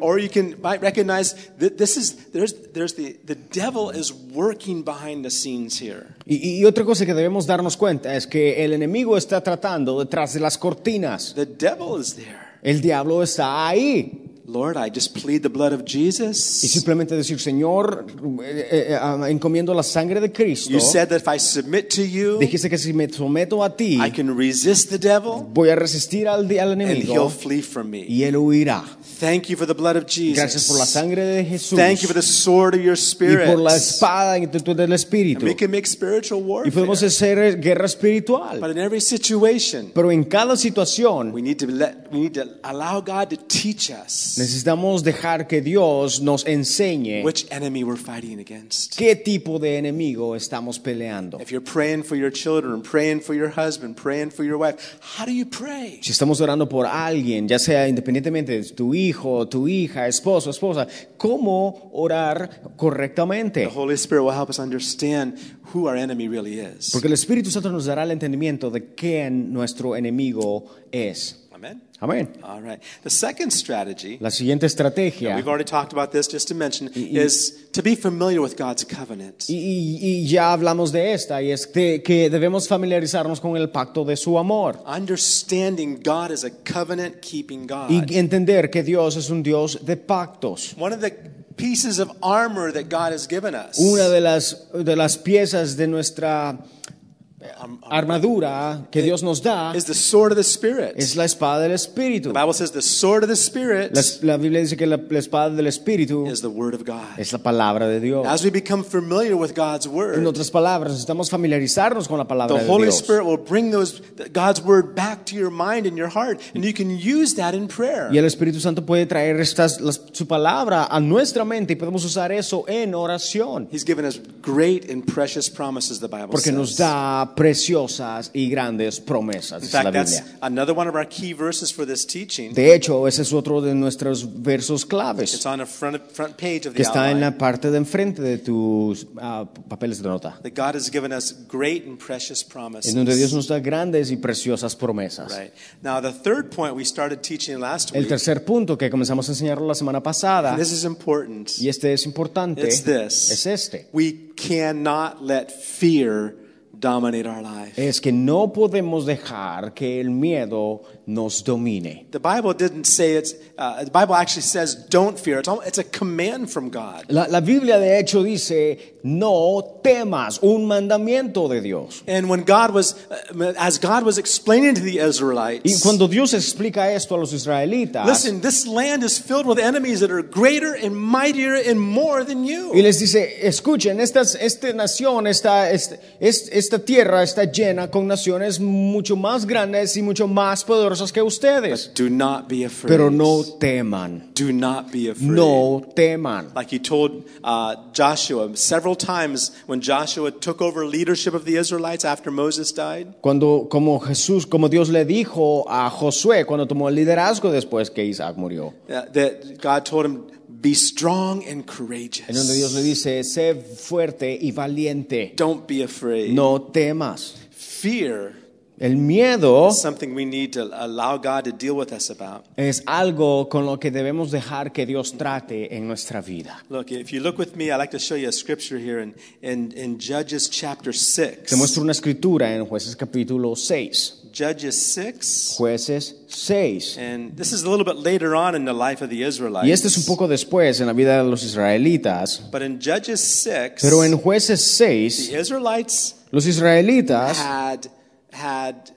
[SPEAKER 1] Or you can might recognize that this is there's there's the the devil is working behind the scenes here.
[SPEAKER 2] Y, y otra cosa que debemos darnos cuenta es que el enemigo está tratando detrás de las cortinas.
[SPEAKER 1] The devil is there.
[SPEAKER 2] El diablo está ahí.
[SPEAKER 1] Lord, I just plead the blood of
[SPEAKER 2] Y
[SPEAKER 1] Jesus.
[SPEAKER 2] simplemente decir, Señor, eh, eh, eh, ah, encomiendo la sangre de Cristo.
[SPEAKER 1] You said that if I submit to you,
[SPEAKER 2] Dijiste que si me someto a ti,
[SPEAKER 1] I can resist the devil
[SPEAKER 2] voy a resistir al, di- al
[SPEAKER 1] and he'll
[SPEAKER 2] enemigo
[SPEAKER 1] flee from me.
[SPEAKER 2] y él huirá.
[SPEAKER 1] Thank you for the blood of
[SPEAKER 2] Gracias por la
[SPEAKER 1] Jesus.
[SPEAKER 2] sangre de Jesús
[SPEAKER 1] Thank you for the sword of your
[SPEAKER 2] y
[SPEAKER 1] spirit.
[SPEAKER 2] por la espada en tu- del
[SPEAKER 1] And
[SPEAKER 2] Espíritu.
[SPEAKER 1] we can make spiritual
[SPEAKER 2] Y podemos
[SPEAKER 1] warfare.
[SPEAKER 2] hacer eh, guerra espiritual.
[SPEAKER 1] But in every situation,
[SPEAKER 2] Pero en cada situación
[SPEAKER 1] we need to let we need to allow God to teach us
[SPEAKER 2] necesitamos dejar que Dios nos enseñe
[SPEAKER 1] which enemy we're fighting against.
[SPEAKER 2] qué tipo de enemigo estamos peleando.
[SPEAKER 1] If you're praying for your children, praying for your husband, praying for your wife, how do you pray?
[SPEAKER 2] Si estamos orando por alguien, ya sea independientemente de tu hijo, tu hija, esposo, esposa, ¿cómo orar correctamente?
[SPEAKER 1] The Holy Spirit will help us understand who our enemy really is.
[SPEAKER 2] Porque el Espíritu Santo nos dará el entendimiento de quién nuestro enemigo es.
[SPEAKER 1] Amen.
[SPEAKER 2] Amén.
[SPEAKER 1] All right. The second strategy,
[SPEAKER 2] La siguiente estrategia,
[SPEAKER 1] we've already talked about this just to mention, is to be familiar with God's covenant.
[SPEAKER 2] y, y- y ya hablamos de esta, y es de que debemos familiarizarnos con el pacto de su amor
[SPEAKER 1] Understanding God is a covenant keeping God.
[SPEAKER 2] y entender que Dios es un Dios de pactos.
[SPEAKER 1] One of the pieces of armor that God has given us.
[SPEAKER 2] Una de las, de las piezas de nuestra
[SPEAKER 1] um, um,
[SPEAKER 2] armadura que Dios nos da
[SPEAKER 1] is the sword of the Spirit.
[SPEAKER 2] es la espada del Espíritu.
[SPEAKER 1] the Bible says the sword of the Spirit
[SPEAKER 2] La, la Biblia dice que la, la espada del Espíritu
[SPEAKER 1] is the Word of God.
[SPEAKER 2] es la palabra de Dios.
[SPEAKER 1] As we become familiar with God's
[SPEAKER 2] En
[SPEAKER 1] Word,
[SPEAKER 2] otras palabras, necesitamos familiarizarnos con la palabra
[SPEAKER 1] the
[SPEAKER 2] de
[SPEAKER 1] Holy
[SPEAKER 2] Dios.
[SPEAKER 1] Spirit will bring those God's Word back to your mind and your heart, and you can use that in prayer.
[SPEAKER 2] Y el Espíritu Santo puede traer estas, las- su palabra a nuestra mente y podemos usar eso en oración.
[SPEAKER 1] He's given us great and precious promises, the Bible
[SPEAKER 2] Porque
[SPEAKER 1] says.
[SPEAKER 2] nos da preciosas y grandes promesas,
[SPEAKER 1] in
[SPEAKER 2] dice la
[SPEAKER 1] fact, that's
[SPEAKER 2] Biblia.
[SPEAKER 1] another one of our key verses for this teaching.
[SPEAKER 2] De hecho, ese es otro de nuestros versos claves
[SPEAKER 1] It's on the front, front page of the
[SPEAKER 2] que está en
[SPEAKER 1] outline.
[SPEAKER 2] la parte de enfrente de tus ah, papeles de nota.
[SPEAKER 1] That God has given us great and precious promises.
[SPEAKER 2] En donde Dios nos da grandes y preciosas promesas.
[SPEAKER 1] Right. Now, the third point we started teaching last
[SPEAKER 2] El
[SPEAKER 1] week,
[SPEAKER 2] tercer punto que comenzamos a enseñarlo la semana pasada,
[SPEAKER 1] and this is important.
[SPEAKER 2] y este es importante,
[SPEAKER 1] It's this.
[SPEAKER 2] es este.
[SPEAKER 1] We cannot let fear dominate our life.
[SPEAKER 2] Es que no podemos dejar que el miedo nos domine.
[SPEAKER 1] The Bible didn't say it's, uh, the Bible actually says don't fear. It's, al- it's a command from God.
[SPEAKER 2] La, la Biblia de hecho dice, no temas, un mandamiento de Dios.
[SPEAKER 1] And when God was, uh, as God was explaining to the
[SPEAKER 2] Y
[SPEAKER 1] Israelites,
[SPEAKER 2] cuando Dios explica esto a los israelitas,
[SPEAKER 1] listen, this land is filled with enemies that are greater and mightier and more than
[SPEAKER 2] y
[SPEAKER 1] you.
[SPEAKER 2] les dice, escuchen, esta, esta nación, esta, esta, esta tierra está llena con naciones mucho más grandes y mucho más poderosas que ustedes.
[SPEAKER 1] Do not be afraid.
[SPEAKER 2] Pero no teman,
[SPEAKER 1] Do not be afraid.
[SPEAKER 2] no teman.
[SPEAKER 1] Like he told uh, Joshua several times when Joshua took over leadership of the Israelites after Moses died.
[SPEAKER 2] Cuando, como Jesús, como Dios le dijo a Josué cuando tomó el liderazgo después que Isaac murió,
[SPEAKER 1] Uh, that God told him, be strong and
[SPEAKER 2] en donde Dios
[SPEAKER 1] courageous.
[SPEAKER 2] le dice, sé fuerte y valiente,
[SPEAKER 1] Don't be afraid.
[SPEAKER 2] no temas.
[SPEAKER 1] Fear
[SPEAKER 2] El miedo
[SPEAKER 1] is something we need to allow God to deal with us about.
[SPEAKER 2] es algo con lo que debemos dejar que Dios trate en nuestra vida.
[SPEAKER 1] Look, if you look with me, I'd like to show you a scripture here in, in, in Judges chapter 6.
[SPEAKER 2] Te muestro una escritura en Jueces capítulo 6.
[SPEAKER 1] Judges 6.
[SPEAKER 2] Jueces 6.
[SPEAKER 1] And this is a little bit later on in the life of the Israelites.
[SPEAKER 2] Y este es un poco después en la vida de los israelitas.
[SPEAKER 1] But in Judges 6,
[SPEAKER 2] Pero en Jueces 6,
[SPEAKER 1] the Israelites
[SPEAKER 2] los israelitas
[SPEAKER 1] had, had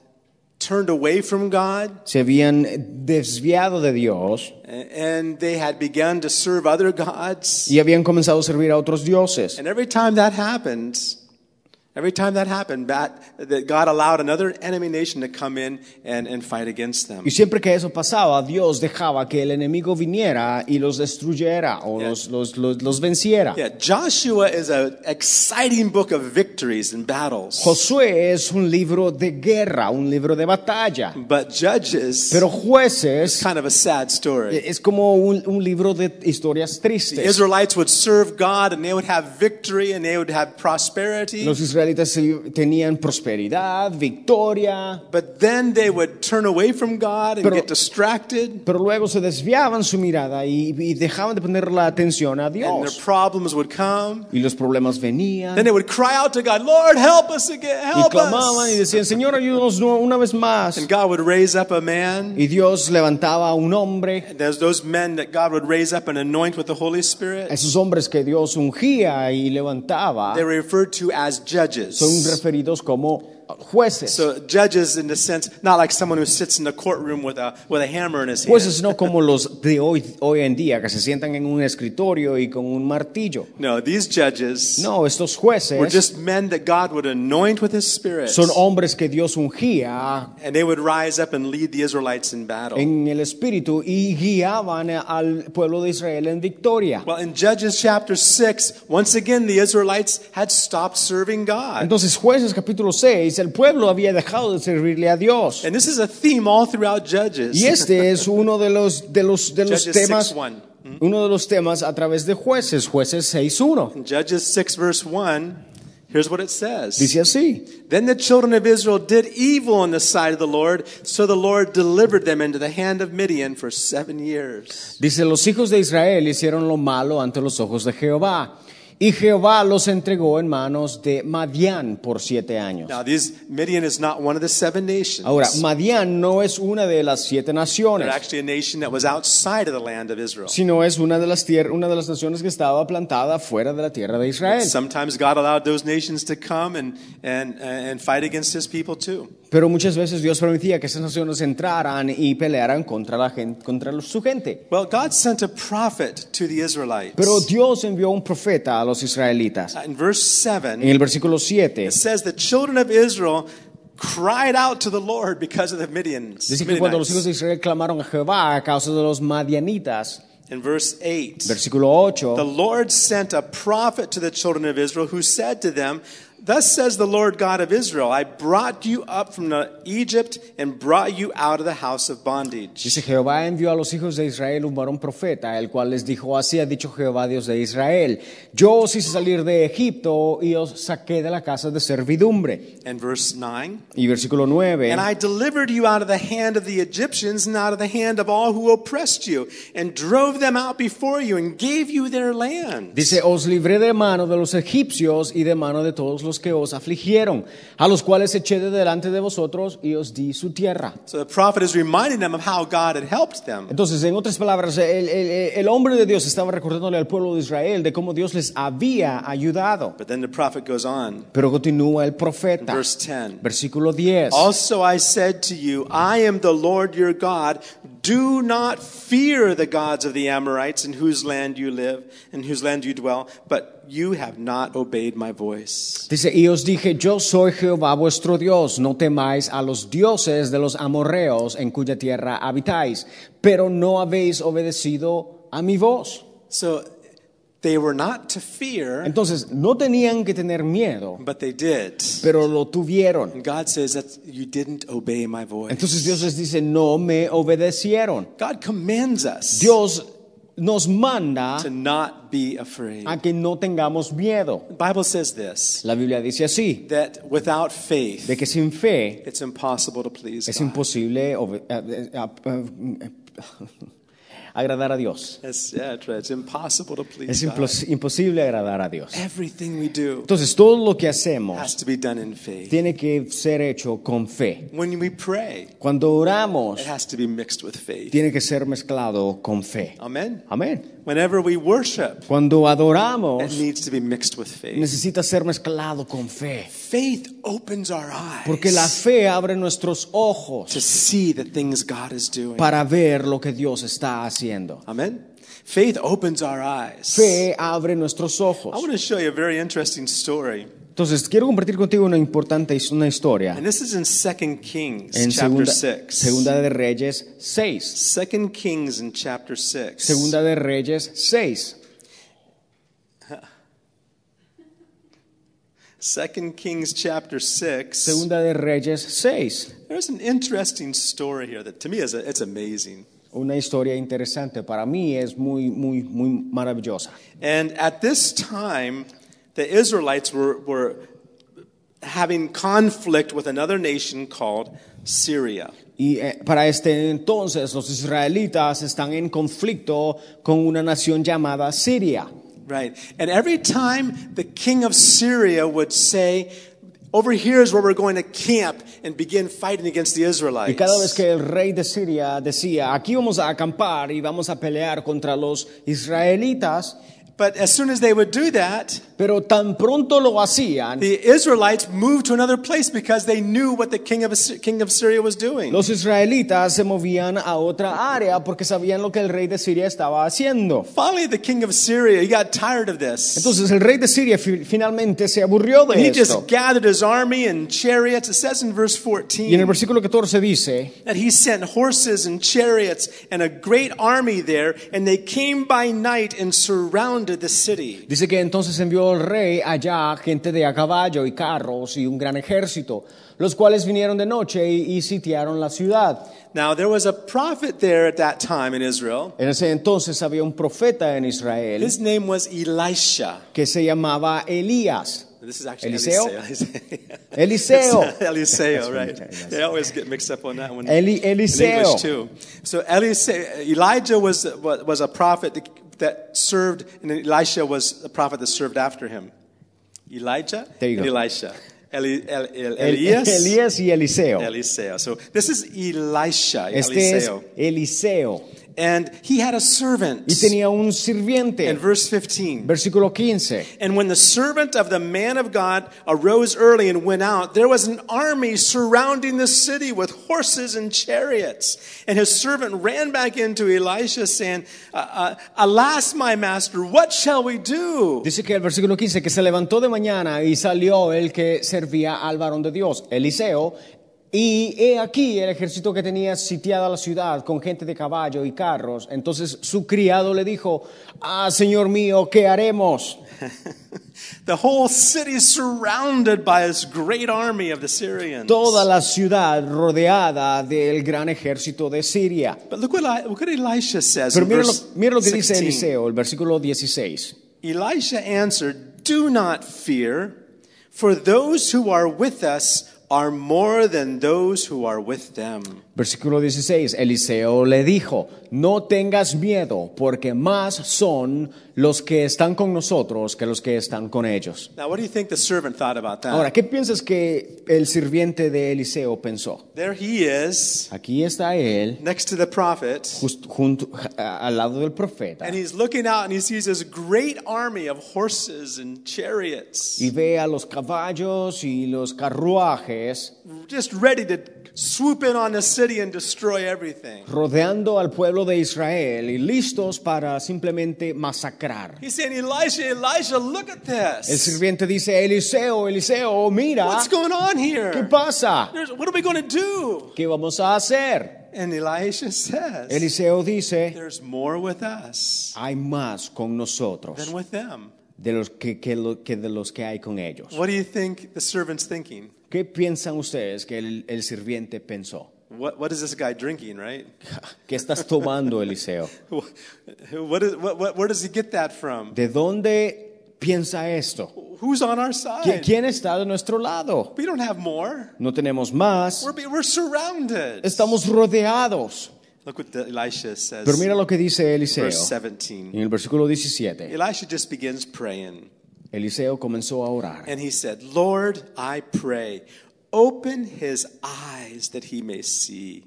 [SPEAKER 1] turned away from God
[SPEAKER 2] se habían desviado de Dios
[SPEAKER 1] and they had begun to serve other gods.
[SPEAKER 2] y habían comenzado a servir a otros dioses.
[SPEAKER 1] And every time that happened, every time that happened, that, that God allowed another enemy nation to come in and, and fight against them.
[SPEAKER 2] Y siempre que eso pasaba, Dios dejaba que el enemigo viniera y los destruyera o
[SPEAKER 1] Yeah.
[SPEAKER 2] los, los, los, los venciera.
[SPEAKER 1] Yeah, Joshua is an exciting book of victories and battles.
[SPEAKER 2] Josué es un libro de guerra, un libro de batalla.
[SPEAKER 1] But Judges,
[SPEAKER 2] Pero jueces
[SPEAKER 1] kind of a sad story.
[SPEAKER 2] es como un, un libro de historias
[SPEAKER 1] The
[SPEAKER 2] tristes.
[SPEAKER 1] Israelites would serve God and they would have victory and they would have prosperity.
[SPEAKER 2] Los israelitas se- tenían prosperidad, victoria,
[SPEAKER 1] But then they would turn away from God and
[SPEAKER 2] Pero-
[SPEAKER 1] get distracted,
[SPEAKER 2] pero luego se desviaban su mirada y, y dejaban de poner la atención a
[SPEAKER 1] and their
[SPEAKER 2] Dios.
[SPEAKER 1] problems would come.
[SPEAKER 2] Y los problemas venían.
[SPEAKER 1] Then they would cry out to God, Lord, help us again,
[SPEAKER 2] y
[SPEAKER 1] help
[SPEAKER 2] clamaban y
[SPEAKER 1] us.
[SPEAKER 2] decían, Señor, ayúdanos nu- una vez más.
[SPEAKER 1] And God would raise up a man.
[SPEAKER 2] Y Dios levantaba a un hombre,
[SPEAKER 1] And there's those men that God would raise up and anoint with the Holy
[SPEAKER 2] a
[SPEAKER 1] Spirit.
[SPEAKER 2] esos hombres que Dios ungía y levantaba,
[SPEAKER 1] They're referred to as
[SPEAKER 2] son
[SPEAKER 1] judges.
[SPEAKER 2] referidos como jueces.
[SPEAKER 1] So judges, in the sense, not like someone who sits in the courtroom with a with a hammer in his hand.
[SPEAKER 2] jueces no como los de hoy, hoy en día, que se sientan en un escritorio y con un martillo.
[SPEAKER 1] No, these judges
[SPEAKER 2] No, estos
[SPEAKER 1] were
[SPEAKER 2] jueces
[SPEAKER 1] just men that God would anoint with His Spirit,
[SPEAKER 2] son hombres que Dios ungía
[SPEAKER 1] and they would rise up and lead the Israelites in battle.
[SPEAKER 2] en el espíritu y guiaban al pueblo de Israel en victoria.
[SPEAKER 1] Well, in Judges chapter six, once again the Israelites had stopped serving God,
[SPEAKER 2] Entonces, jueces capítulo 6, el pueblo había dejado de servirle a Dios.
[SPEAKER 1] and this is a theme all throughout Judges.
[SPEAKER 2] Y este es uno de los de los de los
[SPEAKER 1] Judges Mm-hmm.
[SPEAKER 2] temas
[SPEAKER 1] 6:1.
[SPEAKER 2] uno de los temas a través de jueces, jueces 6:1.
[SPEAKER 1] In Judges six verse one, here's what it says.
[SPEAKER 2] Dice así:
[SPEAKER 1] Then the children of Israel did evil in the sight of the Lord, so the Lord delivered them into the hand of Midian for seven years.
[SPEAKER 2] Dice, los hijos de Israel hicieron lo malo ante los ojos de Jehová, y Jehová los entregó en manos de Madián por siete años.
[SPEAKER 1] Now, these Midian is not one of the seven nations.
[SPEAKER 2] Ahora, Madián no es una de las siete naciones,
[SPEAKER 1] They're actually a nation that was outside of the land of Israel.
[SPEAKER 2] sino es una de las tier- una de las naciones que estaba plantada fuera de la tierra de Israel.
[SPEAKER 1] Sometimes God allowed those nations to come and, and, and fight against his people too.
[SPEAKER 2] Pero muchas veces Dios permitía que esas naciones entraran y pelearan contra la gente, contra los- su gente.
[SPEAKER 1] Well, God sent a prophet to the Israelites.
[SPEAKER 2] Pero Dios envió un profeta a los israelitas.
[SPEAKER 1] Uh, In verse
[SPEAKER 2] En
[SPEAKER 1] 7,
[SPEAKER 2] el versículo 7
[SPEAKER 1] it says the children of Israel cried out to the Lord because of the Midians.
[SPEAKER 2] dice que cuando los
[SPEAKER 1] Midianites.
[SPEAKER 2] hijos de Israel clamaron a Jehová a causa de los madianitas,
[SPEAKER 1] In verse 8,
[SPEAKER 2] versículo
[SPEAKER 1] The
[SPEAKER 2] 8,
[SPEAKER 1] Lord sent a prophet to the children of Israel who said to them, Thus says the Lord God of Israel, I brought you up from the Egypt and brought you out of the house of bondage.
[SPEAKER 2] dice Jehová envió a los hijos de Israel un varón profeta, el cual les dijo, así ha dicho Jehová Dios de Israel, yo os hice salir de Egipto y os saqué de la casa de servidumbre.
[SPEAKER 1] And verse 9,
[SPEAKER 2] Y versículo 9,
[SPEAKER 1] And I delivered you out of the hand of the Egyptians and out of the hand of all who oppressed you, and drove them out before you and gave you their land.
[SPEAKER 2] Dice, os libré de mano de los egipcios y de mano de todos los que os afligieron, a los cuales eché de delante de vosotros y os di su tierra.
[SPEAKER 1] So the prophet is reminding them of how God had helped them.
[SPEAKER 2] Entonces, en otras palabras, el, el- el hombre de Dios estaba recordándole al pueblo de Israel de cómo Dios les había ayudado.
[SPEAKER 1] But then the prophet goes on,
[SPEAKER 2] Pero continúa el profeta.
[SPEAKER 1] verse 10.
[SPEAKER 2] Versículo 10.
[SPEAKER 1] Also I said to you, I am the Lord your God. Do not fear the gods of the Amorites in whose land you live, in whose land you dwell, but you have not obeyed my voice.
[SPEAKER 2] Dice, y os dije, yo soy Jehová vuestro Dios, no temáis a los dioses de los amorreos en cuya tierra habitáis, pero no habéis obedecido a mi voz.
[SPEAKER 1] So they were not to fear,
[SPEAKER 2] Entonces, no tenían que tener miedo,
[SPEAKER 1] but they did.
[SPEAKER 2] pero lo tuvieron.
[SPEAKER 1] And God says that you didn't obey my voice.
[SPEAKER 2] Entonces Dios les dice, no me obedecieron.
[SPEAKER 1] God commands us
[SPEAKER 2] Dios nos manda
[SPEAKER 1] to not be afraid.
[SPEAKER 2] a que no tengamos miedo.
[SPEAKER 1] The Bible says this
[SPEAKER 2] La Biblia dice así,
[SPEAKER 1] that without faith
[SPEAKER 2] de que sin fe
[SPEAKER 1] it's impossible to please
[SPEAKER 2] es
[SPEAKER 1] God.
[SPEAKER 2] imposible obe- eh, eh, ap- eh, agradar a Dios.
[SPEAKER 1] It's, yeah, that's right. It's impossible to please
[SPEAKER 2] Es
[SPEAKER 1] God.
[SPEAKER 2] impos- imposible agradar a Dios.
[SPEAKER 1] Everything we do
[SPEAKER 2] Entonces, todo lo que hacemos
[SPEAKER 1] has to be done in faith.
[SPEAKER 2] tiene que ser hecho con fe.
[SPEAKER 1] When we pray,
[SPEAKER 2] Cuando oramos,
[SPEAKER 1] it has to be mixed with faith.
[SPEAKER 2] tiene que ser mezclado con fe.
[SPEAKER 1] Amen.
[SPEAKER 2] Amén.
[SPEAKER 1] Whenever we worship,
[SPEAKER 2] Cuando
[SPEAKER 1] it
[SPEAKER 2] adoramos,
[SPEAKER 1] needs to be mixed with faith.
[SPEAKER 2] necesita ser mezclado con fe.
[SPEAKER 1] Faith opens our eyes
[SPEAKER 2] Porque la fe abre nuestros ojos
[SPEAKER 1] to see the things God is doing.
[SPEAKER 2] para ver lo que Dios está haciendo.
[SPEAKER 1] Amen. Faith opens our eyes.
[SPEAKER 2] Fe abre nuestros
[SPEAKER 1] I
[SPEAKER 2] ojos.
[SPEAKER 1] want to show you a very interesting story.
[SPEAKER 2] Entonces, quiero compartir contigo una importante his- una historia
[SPEAKER 1] And this is in 2 Kings
[SPEAKER 2] en
[SPEAKER 1] chapter
[SPEAKER 2] segunda,
[SPEAKER 1] 6.
[SPEAKER 2] segunda de Reyes 6.
[SPEAKER 1] 2 Kings in chapter 6.
[SPEAKER 2] Segunda de Reyes 6.
[SPEAKER 1] 2 Kings chapter 6.
[SPEAKER 2] Segunda de Reyes 6.
[SPEAKER 1] There's an interesting story here that to me is a, it's amazing.
[SPEAKER 2] Una historia interesante para mí es muy muy muy maravillosa.
[SPEAKER 1] And at this time, the Israelites were, were having conflict with another nation called Syria.
[SPEAKER 2] Y eh, para este entonces los israelitas están en conflicto con una nación llamada Siria.
[SPEAKER 1] Right. And every time the king of Syria would say, over here is where we're going to camp and begin fighting against the
[SPEAKER 2] Y cada vez
[SPEAKER 1] Israelites.
[SPEAKER 2] que el rey de Siria decía, aquí vamos a acampar y vamos a pelear contra los israelitas,
[SPEAKER 1] But as soon as they would do that,
[SPEAKER 2] pero tan pronto lo hacían,
[SPEAKER 1] the Israelites moved to another place because they knew what the king of, Assy- king of Syria was doing.
[SPEAKER 2] los israelitas se movían a otra área porque sabían lo que el rey de Siria estaba haciendo.
[SPEAKER 1] Finally, the king of Syria, he got tired of this.
[SPEAKER 2] Entonces el rey de Siria fi- finalmente se aburrió de
[SPEAKER 1] He
[SPEAKER 2] esto.
[SPEAKER 1] just gathered his army and chariots. It says in verse
[SPEAKER 2] Y en
[SPEAKER 1] 14
[SPEAKER 2] el versículo 14 dice,
[SPEAKER 1] that he sent horses and chariots and a great army there, and they came by night and surrounded the city.
[SPEAKER 2] Dice que entonces envió el rey allá gente de a caballo y carros y un gran ejército, los cuales vinieron de noche y, y sitiaron la ciudad.
[SPEAKER 1] Now, there was a prophet there at that time in Israel.
[SPEAKER 2] En ese entonces había un profeta en Israel
[SPEAKER 1] His name was Elisha.
[SPEAKER 2] que se llamaba Elías.
[SPEAKER 1] This is actually
[SPEAKER 2] Eliseo?
[SPEAKER 1] Eliseo. It's
[SPEAKER 2] Eliseo.
[SPEAKER 1] Eliseo, right.
[SPEAKER 2] That's right.
[SPEAKER 1] They always get mixed up on that one.
[SPEAKER 2] Eli-
[SPEAKER 1] In
[SPEAKER 2] Eliseo.
[SPEAKER 1] English, too. So Eliseo, Elijah was, was a prophet that served, and Elisha was a prophet that served after him. Elijah
[SPEAKER 2] There you
[SPEAKER 1] and
[SPEAKER 2] go.
[SPEAKER 1] Elisha. Eli, el, el,
[SPEAKER 2] El-
[SPEAKER 1] Elias,
[SPEAKER 2] Elías y Eliseo.
[SPEAKER 1] Eliseo. So this is Elisha,
[SPEAKER 2] Este es
[SPEAKER 1] Eliseo.
[SPEAKER 2] Eliseo.
[SPEAKER 1] And he had a servant.
[SPEAKER 2] Y tenía un
[SPEAKER 1] In
[SPEAKER 2] sirviente.
[SPEAKER 1] verse 15.
[SPEAKER 2] Versículo 15.
[SPEAKER 1] And when the servant of the man of God arose early and went out, there was an army surrounding the city with horses and chariots. And his servant ran back into Elisha, saying, uh, uh, Alas, my master, what shall we do?
[SPEAKER 2] Dice que el versículo 15 que se levantó de mañana y salió el que servía al varón de Dios, Eliseo, y he aquí el ejército que tenía sitiada la ciudad con gente de caballo y carros. Entonces su criado le dijo, ah, señor mío, ¿qué haremos?
[SPEAKER 1] The whole city is surrounded by this great army of the Syrians.
[SPEAKER 2] Toda la ciudad rodeada del gran ejército de Siria.
[SPEAKER 1] But look what, Eli- look what Elisha says
[SPEAKER 2] Pero
[SPEAKER 1] in
[SPEAKER 2] mira lo,
[SPEAKER 1] verse
[SPEAKER 2] mira lo que dice
[SPEAKER 1] 16.
[SPEAKER 2] Eliseo, el versículo 16.
[SPEAKER 1] Elisha answered, Do not fear, for those who are with us are more than those who are with them.
[SPEAKER 2] Versículo 16, Eliseo le dijo, no tengas miedo, porque más son los que están con nosotros que los que están con ellos.
[SPEAKER 1] Now, what do you think the servant thought about that?
[SPEAKER 2] Ahora, ¿qué piensas que el sirviente de Eliseo pensó?
[SPEAKER 1] There he is,
[SPEAKER 2] Aquí está él,
[SPEAKER 1] next to the prophet,
[SPEAKER 2] just- junto, a- al lado del profeta,
[SPEAKER 1] and he's looking out and he sees this great army of horses and chariots
[SPEAKER 2] y ve a los caballos y los carruajes
[SPEAKER 1] just ready to swoop in on the city and destroy everything.
[SPEAKER 2] rodeando al pueblo de Israel y listos para simplemente masacrar.
[SPEAKER 1] He's saying, Elisha, Elisha, look at
[SPEAKER 2] El
[SPEAKER 1] this.
[SPEAKER 2] sirviente dice, Eliseo, Eliseo, mira,
[SPEAKER 1] What's going on
[SPEAKER 2] ¿qué
[SPEAKER 1] here?
[SPEAKER 2] pasa?
[SPEAKER 1] There's- What are we going to do?
[SPEAKER 2] ¿Qué vamos a hacer?
[SPEAKER 1] And Elisha says,
[SPEAKER 2] Eliseo dice,
[SPEAKER 1] There's more with us
[SPEAKER 2] hay más con
[SPEAKER 1] than
[SPEAKER 2] nosotros
[SPEAKER 1] with them.
[SPEAKER 2] de los que, que lo- que de los que hay con ellos.
[SPEAKER 1] What do you think the servant's thinking?
[SPEAKER 2] ¿Qué piensan ustedes que el, el sirviente pensó?
[SPEAKER 1] What, what is this guy drinking, right?
[SPEAKER 2] ¿Qué estás tomando, Eliseo?
[SPEAKER 1] What is, what, what, where does he get that from?
[SPEAKER 2] ¿De dónde piensa esto?
[SPEAKER 1] Who's on our
[SPEAKER 2] ¿Qui-
[SPEAKER 1] side?
[SPEAKER 2] ¿Quién está de nuestro lado?
[SPEAKER 1] We don't have more.
[SPEAKER 2] No tenemos más.
[SPEAKER 1] We're, be- we're surrounded.
[SPEAKER 2] Estamos rodeados.
[SPEAKER 1] Look what the, Elisha
[SPEAKER 2] Pero
[SPEAKER 1] says,
[SPEAKER 2] mira lo que dice Eliseo.
[SPEAKER 1] verse 17.
[SPEAKER 2] En el versículo 17,
[SPEAKER 1] Elisha just begins praying.
[SPEAKER 2] Eliseo comenzó a orar.
[SPEAKER 1] And he said, Lord, I pray, open his eyes that he may see.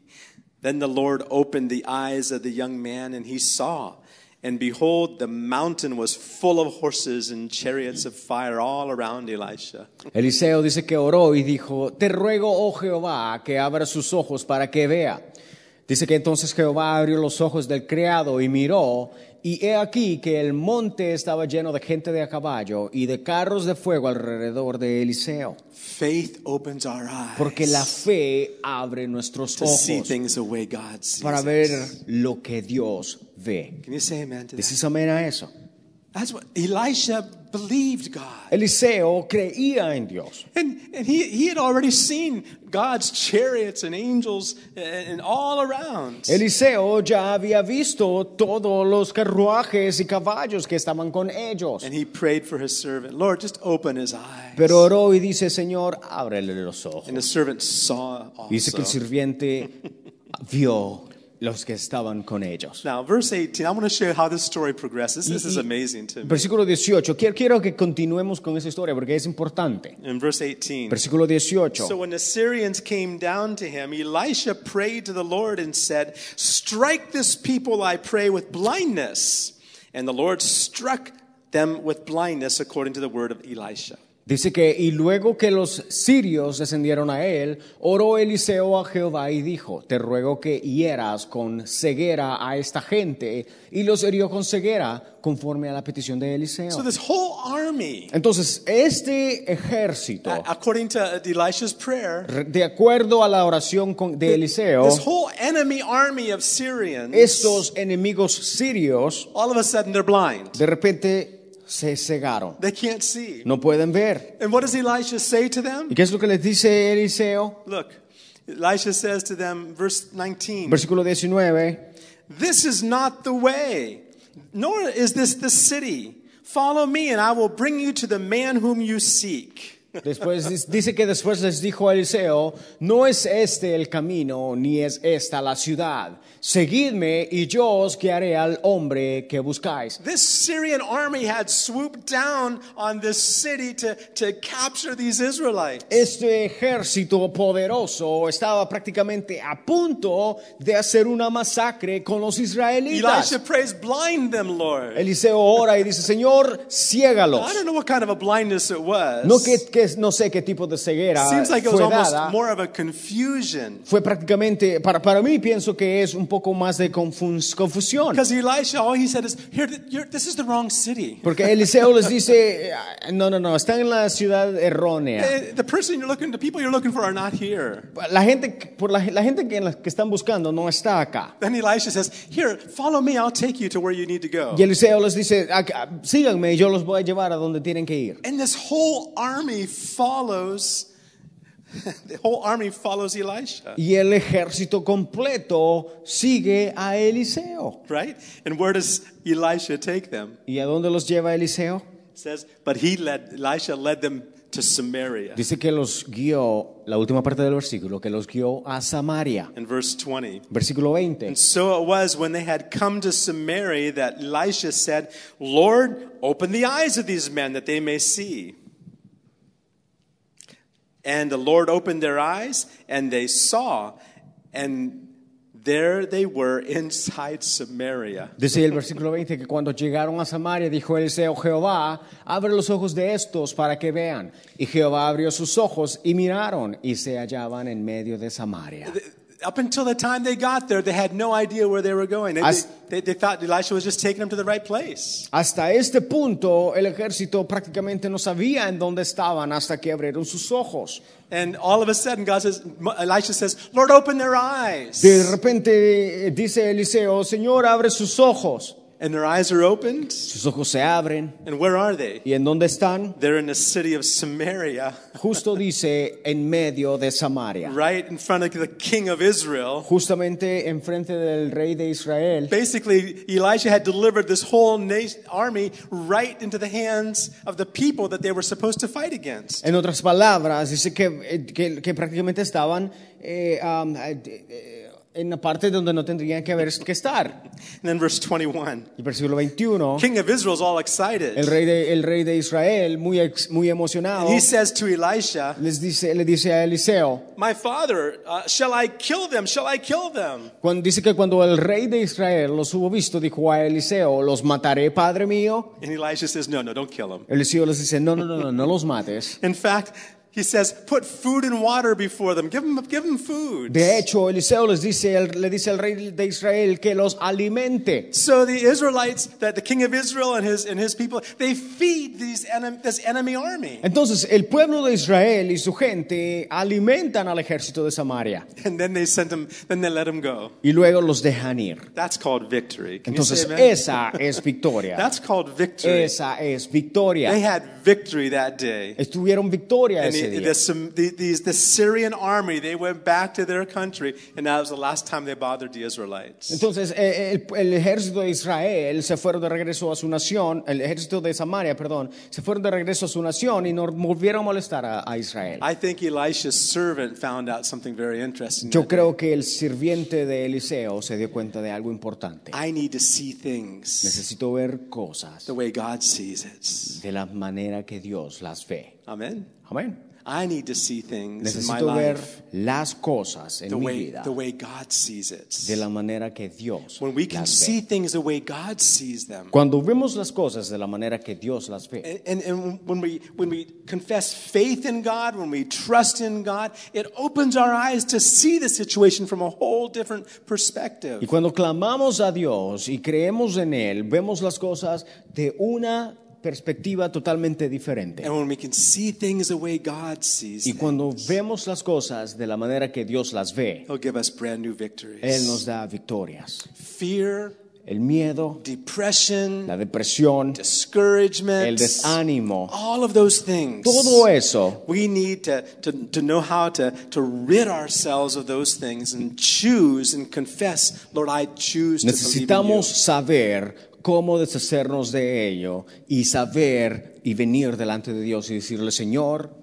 [SPEAKER 1] Then the Lord opened the eyes of the young man, and he saw. And behold, the mountain was full of horses and chariots of fire all around Elisha.
[SPEAKER 2] Eliseo dice que oró y dijo, te ruego, oh Jehová, que abra sus ojos para que vea. Dice que entonces Jehová abrió los ojos del criado y miró, y he aquí que el monte estaba lleno de gente de a caballo y de carros de fuego alrededor de Eliseo,
[SPEAKER 1] Faith opens our eyes
[SPEAKER 2] porque la fe abre nuestros
[SPEAKER 1] to see
[SPEAKER 2] ojos
[SPEAKER 1] things the way God sees.
[SPEAKER 2] para ver
[SPEAKER 1] us.
[SPEAKER 2] lo que Dios ve.
[SPEAKER 1] Can you say amen to that?
[SPEAKER 2] ¿Dices amén a eso?
[SPEAKER 1] That's what Elisha believed God.
[SPEAKER 2] Eliseo creía en Dios.
[SPEAKER 1] And, and he, he had already seen God's chariots and angels uh, and, and all around.
[SPEAKER 2] Eliseo ya había visto todos los carruajes y caballos que estaban con ellos.
[SPEAKER 1] And he prayed for his servant, Lord, just open his eyes.
[SPEAKER 2] Pero oró y dice, Señor, ábrele los ojos.
[SPEAKER 1] And the servant saw
[SPEAKER 2] Dice que el
[SPEAKER 1] also.
[SPEAKER 2] sirviente vio los que estaban con ellos.
[SPEAKER 1] Now, verse 18, I want to show you how this story progresses. This is amazing to me.
[SPEAKER 2] Versículo 18. Quiero, quiero que continuemos con esa historia porque es importante.
[SPEAKER 1] In verse 18.
[SPEAKER 2] Versículo 18.
[SPEAKER 1] So when the Syrians came down to him, Elisha prayed to the Lord and said, Strike this people, I pray, with blindness. And the Lord struck them with blindness according to the word of Elisha.
[SPEAKER 2] Dice que, y luego que los sirios descendieron a él, oró Eliseo a Jehová y dijo, te ruego que hieras con ceguera a esta gente, y los hirió con ceguera conforme a la petición de
[SPEAKER 1] So
[SPEAKER 2] Eliseo.
[SPEAKER 1] this whole army,
[SPEAKER 2] Entonces, este ejército,
[SPEAKER 1] according to Elisha's prayer,
[SPEAKER 2] re- de acuerdo a la oración con- de Eliseo,
[SPEAKER 1] this whole enemy army of Syrians,
[SPEAKER 2] estos enemigos sirios,
[SPEAKER 1] all of a sudden they're blind.
[SPEAKER 2] de repente se cegaron,
[SPEAKER 1] They can't see.
[SPEAKER 2] no pueden ver.
[SPEAKER 1] And what does Elisha say to them?
[SPEAKER 2] ¿Y qué es lo que les dice Eliseo?
[SPEAKER 1] Look, Elisha says to them, verse 19,
[SPEAKER 2] Versículo 19.
[SPEAKER 1] This is not the way, nor is this the city. Follow me, and I will bring you to the man whom you seek.
[SPEAKER 2] Después dis- dice que después les dijo a Eliseo, no es este el camino, ni es esta la ciudad. Seguidme y yo os guiaré al hombre que buscáis.
[SPEAKER 1] This Syrian army had swooped down on this city to, to capture these Israelites.
[SPEAKER 2] Este ejército poderoso estaba prácticamente a punto de hacer una masacre con los
[SPEAKER 1] Elisha
[SPEAKER 2] israelitas.
[SPEAKER 1] prays, blind them, Lord.
[SPEAKER 2] Eliseo ora y dice, Señor, ciégalos.
[SPEAKER 1] I don't know what kind of a blindness it was.
[SPEAKER 2] No, que, que- no sé qué tipo de ceguera
[SPEAKER 1] Seems like it was
[SPEAKER 2] fue
[SPEAKER 1] almost
[SPEAKER 2] dada.
[SPEAKER 1] more of a confusion.
[SPEAKER 2] Fue prácticamente, para, para mí pienso que es un poco más de confus- confusión.
[SPEAKER 1] Because Elisha, all he said is, Here, th- you're, this is the wrong city.
[SPEAKER 2] Porque Eliseo les dice, "Ah, no, no, no, están en la ciudad errónea.
[SPEAKER 1] Eh, The person you're looking, the people you're looking for are not here.
[SPEAKER 2] La gente, que- por la, la gente que, la que están buscando no está acá.
[SPEAKER 1] Then Elisha says, Here, follow me, I'll take you to where you need to go.
[SPEAKER 2] Y Eliseo les dice, "Acá, síganme y yo los voy a llevar a donde tienen que ir.
[SPEAKER 1] And this whole army follows, the whole army follows Elisha,
[SPEAKER 2] Y el ejército completo sigue a Eliseo.
[SPEAKER 1] right? And where does Elisha take them?
[SPEAKER 2] ¿Y a dónde los lleva Eliseo?
[SPEAKER 1] It says, But he led, Elisha led them to Samaria.
[SPEAKER 2] Dice que los guió, la última parte del versículo, que los guió a Samaria.
[SPEAKER 1] In verse 20.
[SPEAKER 2] Versículo 20.
[SPEAKER 1] And so it was when they had come to Samaria that Elisha said, Lord, open the eyes of these men that they may see. And the Lord opened their eyes, and they saw, and there they were inside Samaria.
[SPEAKER 2] Dice el versículo 20 que cuando llegaron a Samaria dijo Eliseo, Jehová, abre los ojos de estos para que vean. Y Jehová abrió sus ojos y miraron y se hallaban en medio de Samaria.
[SPEAKER 1] Up until the time they got there, they had no idea where they were going. They,
[SPEAKER 2] I s-
[SPEAKER 1] they, they thought Elisha was just taking them to the right place.
[SPEAKER 2] Hasta este punto el ejército prácticamente no sabía en dónde estaban hasta que abrieron sus ojos.
[SPEAKER 1] And all of a sudden, God says, Elisha says, Lord, open their eyes.
[SPEAKER 2] De repente eh, dice Eliseo, Señor, abre sus ojos.
[SPEAKER 1] And their eyes are opened.
[SPEAKER 2] Sus ojos se abren.
[SPEAKER 1] And where are they?
[SPEAKER 2] ¿Y en dónde están?
[SPEAKER 1] They're in the city of Samaria,
[SPEAKER 2] Justo dice, en medio de Samaria.
[SPEAKER 1] right in front of the king of Israel.
[SPEAKER 2] Justamente enfrente del rey de Israel.
[SPEAKER 1] Basically, Elisha had delivered this whole nation, army right into the hands of the people that they were supposed to fight against.
[SPEAKER 2] En otras palabras, dice que, eh, que- que prácticamente estaban eh, um, eh, eh, en la parte donde no tendrían que haber que estar.
[SPEAKER 1] And then verse 21.
[SPEAKER 2] El versículo 21,
[SPEAKER 1] King of Israel's all
[SPEAKER 2] el
[SPEAKER 1] excited.
[SPEAKER 2] rey de, el rey de Israel, muy, ex- muy emocionado,
[SPEAKER 1] He says to Elisha,
[SPEAKER 2] les dice, le dice a Eliseo,
[SPEAKER 1] My father, uh, shall I kill them? Shall I kill them?
[SPEAKER 2] cuando, dice que cuando el rey de Israel los hubo visto, dijo a Eliseo, los mataré, padre mío.
[SPEAKER 1] And Elisha says, No, no, don't kill them.
[SPEAKER 2] Eliseo les dice, no, no, no, no, no los mates.
[SPEAKER 1] In fact, He says, put food and water before them. Give them, give them food.
[SPEAKER 2] De hecho, Eliseo les dice, él- le dice al rey de Israel que los alimente.
[SPEAKER 1] So the Israelites, that the king of Israel and his, and his people, they feed these enem- this enemy army.
[SPEAKER 2] Entonces, el pueblo de Israel y su gente alimentan al ejército de Samaria
[SPEAKER 1] And then they sent them, then they let them go.
[SPEAKER 2] y luego los dejan ir.
[SPEAKER 1] That's called victory. Can you say
[SPEAKER 2] Entonces,
[SPEAKER 1] amen?
[SPEAKER 2] esa es victoria.
[SPEAKER 1] That's called victory.
[SPEAKER 2] Esa es
[SPEAKER 1] They
[SPEAKER 2] victoria.
[SPEAKER 1] had victory that day.
[SPEAKER 2] Estuvieron victoria
[SPEAKER 1] And the,
[SPEAKER 2] ese
[SPEAKER 1] the,
[SPEAKER 2] día.
[SPEAKER 1] Sam- the, these- the Syrian army, they went back to their country, and that was the last time they bothered the Israelites.
[SPEAKER 2] Entonces, eh, el, el ejército de Israel se fueron de regreso a su nación, el ejército de Samaria, perdón, se fueron de regreso a su nación y no volvieron a molestar a, a Israel.
[SPEAKER 1] I think Elisha's servant found out something very interesting.
[SPEAKER 2] Yo
[SPEAKER 1] that day.
[SPEAKER 2] creo que el sirviente de Eliseo se dio cuenta de algo importante.
[SPEAKER 1] I need to see things
[SPEAKER 2] Necesito ver cosas
[SPEAKER 1] the way God sees it.
[SPEAKER 2] de la manera que Dios las ve.
[SPEAKER 1] Amen.
[SPEAKER 2] Amén.
[SPEAKER 1] I need to see things in my
[SPEAKER 2] Necesito ver
[SPEAKER 1] life
[SPEAKER 2] las cosas en
[SPEAKER 1] the
[SPEAKER 2] mi
[SPEAKER 1] way,
[SPEAKER 2] vida
[SPEAKER 1] the way God sees
[SPEAKER 2] de
[SPEAKER 1] it.
[SPEAKER 2] la manera que Dios
[SPEAKER 1] When we can
[SPEAKER 2] las
[SPEAKER 1] see
[SPEAKER 2] ve.
[SPEAKER 1] things the way God sees them.
[SPEAKER 2] Cuando vemos las cosas de la manera que Dios las ve,
[SPEAKER 1] And, and, and when, we, when we confess faith in God, when we trust in God, it opens our eyes to see the situation from a whole different
[SPEAKER 2] y
[SPEAKER 1] perspective.
[SPEAKER 2] cuando clamamos a Dios y creemos en Él, vemos las cosas de una perspectiva totalmente diferente.
[SPEAKER 1] And when we can see things the way God sees
[SPEAKER 2] Y
[SPEAKER 1] them,
[SPEAKER 2] cuando vemos las cosas de la manera que Dios las ve,
[SPEAKER 1] He'll give us brand new
[SPEAKER 2] Él nos
[SPEAKER 1] victories.
[SPEAKER 2] da victorias.
[SPEAKER 1] Fear,
[SPEAKER 2] El miedo,
[SPEAKER 1] depression,
[SPEAKER 2] la depresión, el
[SPEAKER 1] discouragement,
[SPEAKER 2] desánimo,
[SPEAKER 1] all of those things.
[SPEAKER 2] todo eso.
[SPEAKER 1] We need to, to, to know how to, to rid ourselves of those things and choose and confess, Lord, I choose to believe in you.
[SPEAKER 2] Necesitamos saber cómo deshacernos de ello y saber y venir delante de Dios y decirle, Señor,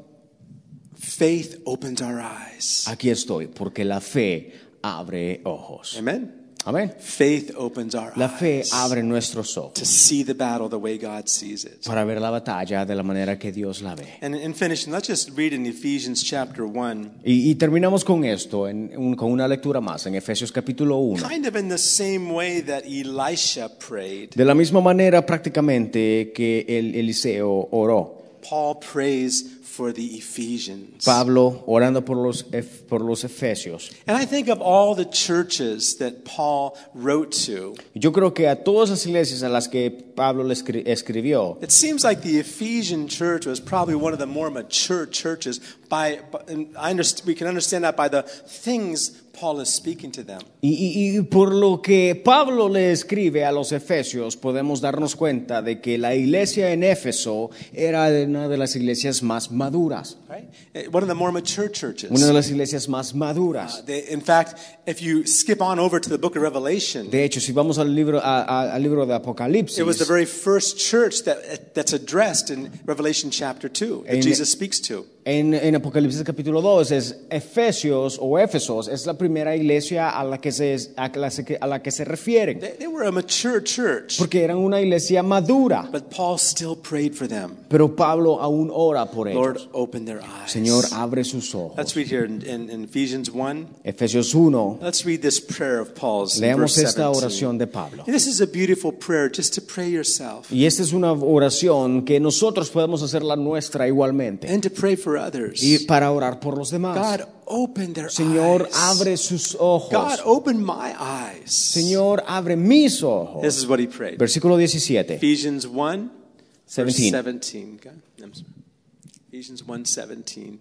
[SPEAKER 1] Faith opens our eyes.
[SPEAKER 2] aquí estoy, porque la fe abre ojos.
[SPEAKER 1] Amen.
[SPEAKER 2] Amén.
[SPEAKER 1] Faith opens our
[SPEAKER 2] La fe
[SPEAKER 1] eyes
[SPEAKER 2] abre nuestros
[SPEAKER 1] to
[SPEAKER 2] ojos
[SPEAKER 1] see the battle the way God sees it.
[SPEAKER 2] para ver la batalla de la manera que Dios la ve.
[SPEAKER 1] And in finishing, let's just read in Ephesians chapter 1,
[SPEAKER 2] Y, y terminamos con esto, en un- con una lectura más, en Efesios capítulo 1.
[SPEAKER 1] kind of in the same way that Elisha prayed.
[SPEAKER 2] De la misma manera prácticamente que el Eliseo oró.
[SPEAKER 1] Paul prays for the Ephesians.
[SPEAKER 2] Pablo orando por los, ef- por los efesios.
[SPEAKER 1] And I think of all the churches that Paul wrote to,
[SPEAKER 2] Yo creo que a todas las iglesias a las que Pablo le escri- escribió,
[SPEAKER 1] it seems like the Ephesian church was probably one of the more mature churches. By, by- and I underst- we can understand that by the things Paul is speaking to them.
[SPEAKER 2] y, y- y por lo que Pablo le escribe a los efesios, podemos darnos cuenta de que la iglesia en Éfeso era una de las iglesias más maduras,
[SPEAKER 1] Right? Eh, One of the more mature
[SPEAKER 2] una
[SPEAKER 1] churches. Uh,
[SPEAKER 2] de las iglesias más maduras.
[SPEAKER 1] They- in fact, if you skip on over to the book of Revelation,
[SPEAKER 2] De hecho, si vamos al libro, a- a- al libro de
[SPEAKER 1] it was the
[SPEAKER 2] Apocalipsis,
[SPEAKER 1] very first church that, eh, that's addressed in Revelation chapter 2 that
[SPEAKER 2] And-
[SPEAKER 1] Jesus speaks to.
[SPEAKER 2] en, en Apocalipsis capítulo 2, es Efesios o Éfesos, es la primera iglesia a la que se, a la se- a la que se refieren.
[SPEAKER 1] They, they were a mature church,
[SPEAKER 2] Porque eran una iglesia madura.
[SPEAKER 1] but Paul still prayed for them.
[SPEAKER 2] Pero Pablo aún ora por ellos.
[SPEAKER 1] Lord, open their eyes.
[SPEAKER 2] Señor, ah. abre sus ojos.
[SPEAKER 1] Let's read here in, in, in Ephesians 1.
[SPEAKER 2] Efesios 1,
[SPEAKER 1] Let's read this prayer of Paul's. in
[SPEAKER 2] leamos
[SPEAKER 1] verse
[SPEAKER 2] esta
[SPEAKER 1] 17.
[SPEAKER 2] oración de Pablo.
[SPEAKER 1] This is a beautiful prayer just to pray yourself
[SPEAKER 2] Y esta es una oración que nosotros podemos hacerla nuestra igualmente.
[SPEAKER 1] and to pray for others.
[SPEAKER 2] Y para orar por los demás.
[SPEAKER 1] God, open their
[SPEAKER 2] Señor,
[SPEAKER 1] eyes.
[SPEAKER 2] abre sus
[SPEAKER 1] God,
[SPEAKER 2] ojos.
[SPEAKER 1] open my eyes.
[SPEAKER 2] Señor, abre mis
[SPEAKER 1] This
[SPEAKER 2] ojos.
[SPEAKER 1] is what he prayed.
[SPEAKER 2] Versículo 17.
[SPEAKER 1] Ephesians 1, verse
[SPEAKER 2] 17.
[SPEAKER 1] 17. God, I'm sorry. Ephesians 1, 17.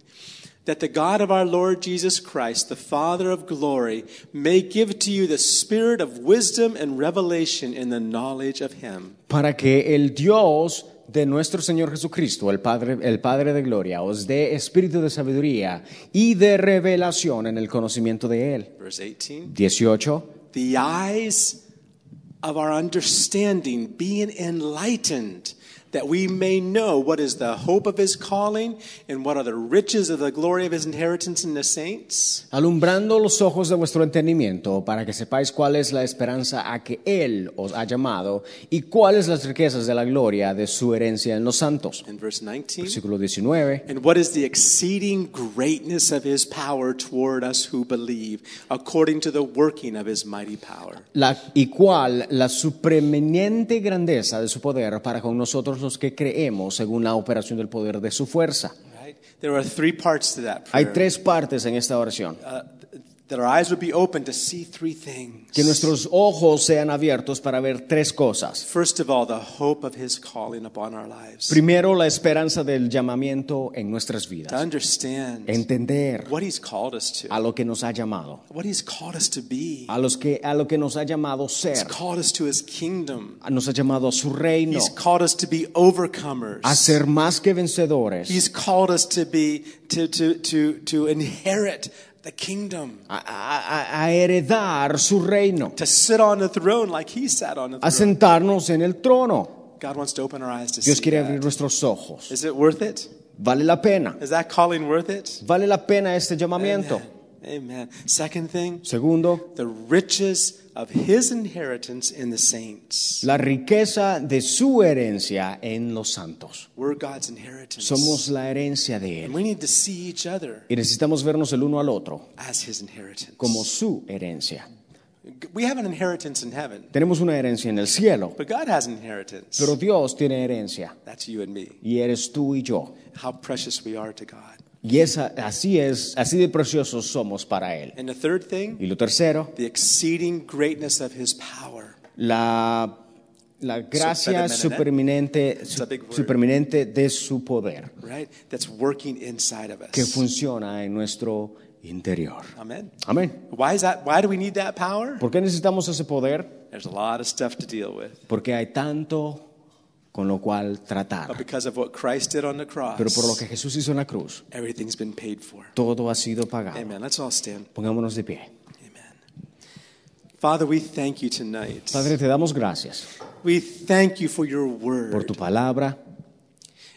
[SPEAKER 1] That the God of our Lord Jesus Christ, the Father of glory, may give to you the spirit of wisdom and revelation in the knowledge of him.
[SPEAKER 2] para que el Dios de nuestro Señor Jesucristo, el Padre, el Padre de Gloria, os dé espíritu de sabiduría y de revelación en el conocimiento de Él.
[SPEAKER 1] Verse 18.
[SPEAKER 2] 18.
[SPEAKER 1] The eyes of our understanding being enlightened, that we may know what is the hope of his calling and what are the riches of the glory of his inheritance in the saints.
[SPEAKER 2] Alumbrando los ojos de vuestro entendimiento, para que sepáis cuál es la esperanza a que Él os ha llamado y cuáles las riquezas de la gloria de su herencia en los santos.
[SPEAKER 1] In verse 19.
[SPEAKER 2] Versículo 19.
[SPEAKER 1] And what is the exceeding greatness of his power toward us who believe, according to the working of his mighty power?
[SPEAKER 2] La, y cuál la supreminente grandeza de su poder para con nosotros los que creemos según la operación del poder de su fuerza.
[SPEAKER 1] Right? there are three parts to that
[SPEAKER 2] Hay
[SPEAKER 1] prayer.
[SPEAKER 2] tres partes en esta oración.
[SPEAKER 1] Uh, th- that our eyes would be open to see three things.
[SPEAKER 2] Que nuestros ojos sean abiertos para ver tres cosas.
[SPEAKER 1] First of all, the hope of his calling upon our lives.
[SPEAKER 2] Primero, la esperanza del llamamiento en nuestras
[SPEAKER 1] to
[SPEAKER 2] vidas.
[SPEAKER 1] understand
[SPEAKER 2] Entender
[SPEAKER 1] what he's called us to,
[SPEAKER 2] a lo que nos ha llamado,
[SPEAKER 1] what he's called us to be.
[SPEAKER 2] a, los que, a lo que nos ha llamado
[SPEAKER 1] He's
[SPEAKER 2] ser,
[SPEAKER 1] called us to his kingdom.
[SPEAKER 2] nos ha llamado a su reino,
[SPEAKER 1] He's called us to be overcomers.
[SPEAKER 2] a ser más que vencedores,
[SPEAKER 1] He's called us to be to to to to inherit the kingdom,
[SPEAKER 2] a, a- a- a heredar su reino,
[SPEAKER 1] to sit on the throne like he sat on the
[SPEAKER 2] a
[SPEAKER 1] throne.
[SPEAKER 2] sentarnos en el trono.
[SPEAKER 1] God wants to open our eyes to
[SPEAKER 2] Dios
[SPEAKER 1] see
[SPEAKER 2] quiere abrir
[SPEAKER 1] that.
[SPEAKER 2] nuestros ojos.
[SPEAKER 1] Is it worth it?
[SPEAKER 2] ¿Vale la pena?
[SPEAKER 1] Is that calling worth it?
[SPEAKER 2] ¿Vale la pena este llamamiento?
[SPEAKER 1] Amen. Amen. Second thing,
[SPEAKER 2] Segundo,
[SPEAKER 1] the riches of his inheritance in the saints.
[SPEAKER 2] la riqueza de su herencia en los santos.
[SPEAKER 1] We're God's inheritance.
[SPEAKER 2] Somos la herencia de
[SPEAKER 1] and
[SPEAKER 2] Él
[SPEAKER 1] we need to see each other
[SPEAKER 2] y necesitamos vernos el uno al otro
[SPEAKER 1] as his inheritance.
[SPEAKER 2] como su herencia.
[SPEAKER 1] We have an inheritance in heaven,
[SPEAKER 2] Tenemos una herencia en el cielo,
[SPEAKER 1] but God has an inheritance.
[SPEAKER 2] pero Dios tiene herencia
[SPEAKER 1] That's you and me.
[SPEAKER 2] y eres tú y yo.
[SPEAKER 1] How precious we are to God.
[SPEAKER 2] Y esa, así es, así de preciosos somos para Él.
[SPEAKER 1] And the third thing,
[SPEAKER 2] Y lo tercero,
[SPEAKER 1] the exceeding greatness of his power.
[SPEAKER 2] la, la gracia superminente,
[SPEAKER 1] a big word.
[SPEAKER 2] superminente de su poder
[SPEAKER 1] right? That's working inside of us.
[SPEAKER 2] que funciona en nuestro interior.
[SPEAKER 1] Amen.
[SPEAKER 2] Amén.
[SPEAKER 1] Why is that? Why do we need that power?
[SPEAKER 2] ¿Por qué necesitamos ese poder?
[SPEAKER 1] There's a lot of stuff to deal with,
[SPEAKER 2] Porque hay tanto con lo cual
[SPEAKER 1] but
[SPEAKER 2] tratar.
[SPEAKER 1] because of what Christ did on the cross,
[SPEAKER 2] Pero por lo que Jesús hizo en la cruz,
[SPEAKER 1] everything's been paid for.
[SPEAKER 2] todo ha sido pagado.
[SPEAKER 1] Amen. Let's all stand.
[SPEAKER 2] Pongámonos de pie.
[SPEAKER 1] Amen. Father, we thank you tonight.
[SPEAKER 2] Padre, te damos gracias
[SPEAKER 1] we thank you for your
[SPEAKER 2] por
[SPEAKER 1] word.
[SPEAKER 2] tu palabra,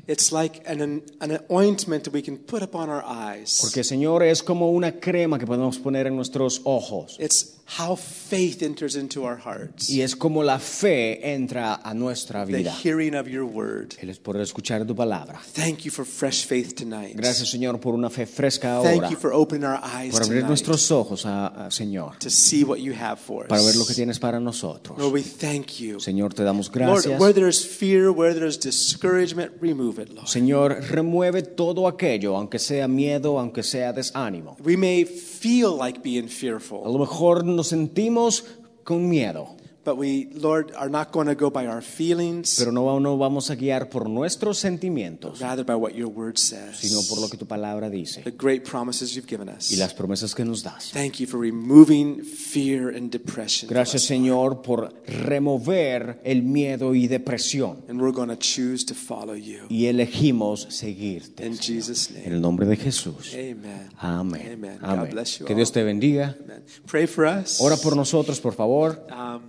[SPEAKER 1] It's like an, an, an ointment that we can put upon our eyes.
[SPEAKER 2] porque Señor es como una crema que podemos poner en nuestros ojos.
[SPEAKER 1] It's how faith enters into our hearts.
[SPEAKER 2] Y es como la fe entra a nuestra
[SPEAKER 1] The
[SPEAKER 2] vida.
[SPEAKER 1] hearing of your word.
[SPEAKER 2] Él es por escuchar tu palabra.
[SPEAKER 1] Thank you for fresh faith tonight.
[SPEAKER 2] Gracias, Señor, por una fe fresca ahora.
[SPEAKER 1] Thank you for opening our eyes
[SPEAKER 2] Por abrir
[SPEAKER 1] tonight
[SPEAKER 2] nuestros ojos, a- a- Señor,
[SPEAKER 1] to see what you have for us.
[SPEAKER 2] para ver lo que tienes para nosotros.
[SPEAKER 1] Lord, we thank you.
[SPEAKER 2] Señor, te damos
[SPEAKER 1] Lord,
[SPEAKER 2] gracias.
[SPEAKER 1] where there's fear, where there's discouragement, remove it, Lord.
[SPEAKER 2] Señor, remueve todo aquello, aunque sea miedo, aunque sea desánimo.
[SPEAKER 1] We may feel like being
[SPEAKER 2] A
[SPEAKER 1] fearful,
[SPEAKER 2] lo mejor nos sentimos con miedo,
[SPEAKER 1] but we, Lord, are not going to go by our feelings,
[SPEAKER 2] pero no, va- no vamos a guiar por nuestros sentimientos,
[SPEAKER 1] rather by what your word
[SPEAKER 2] sino por lo
[SPEAKER 1] says.
[SPEAKER 2] que tu palabra dice
[SPEAKER 1] The great promises you've given
[SPEAKER 2] y
[SPEAKER 1] us.
[SPEAKER 2] las promesas que nos das.
[SPEAKER 1] Thank you for removing fear and depression. from
[SPEAKER 2] Gracias,
[SPEAKER 1] us.
[SPEAKER 2] Señor, por remover el miedo y depresión.
[SPEAKER 1] And we're going to choose to follow you.
[SPEAKER 2] Y elegimos seguirte.
[SPEAKER 1] In Jesus'
[SPEAKER 2] En
[SPEAKER 1] name.
[SPEAKER 2] el nombre de Jesús.
[SPEAKER 1] Amen.
[SPEAKER 2] Amén.
[SPEAKER 1] Amen. God
[SPEAKER 2] Amén.
[SPEAKER 1] bless you
[SPEAKER 2] Que
[SPEAKER 1] all.
[SPEAKER 2] Dios te bendiga.
[SPEAKER 1] Amen. Pray for us.
[SPEAKER 2] Ora por nosotros, por favor.
[SPEAKER 1] Um,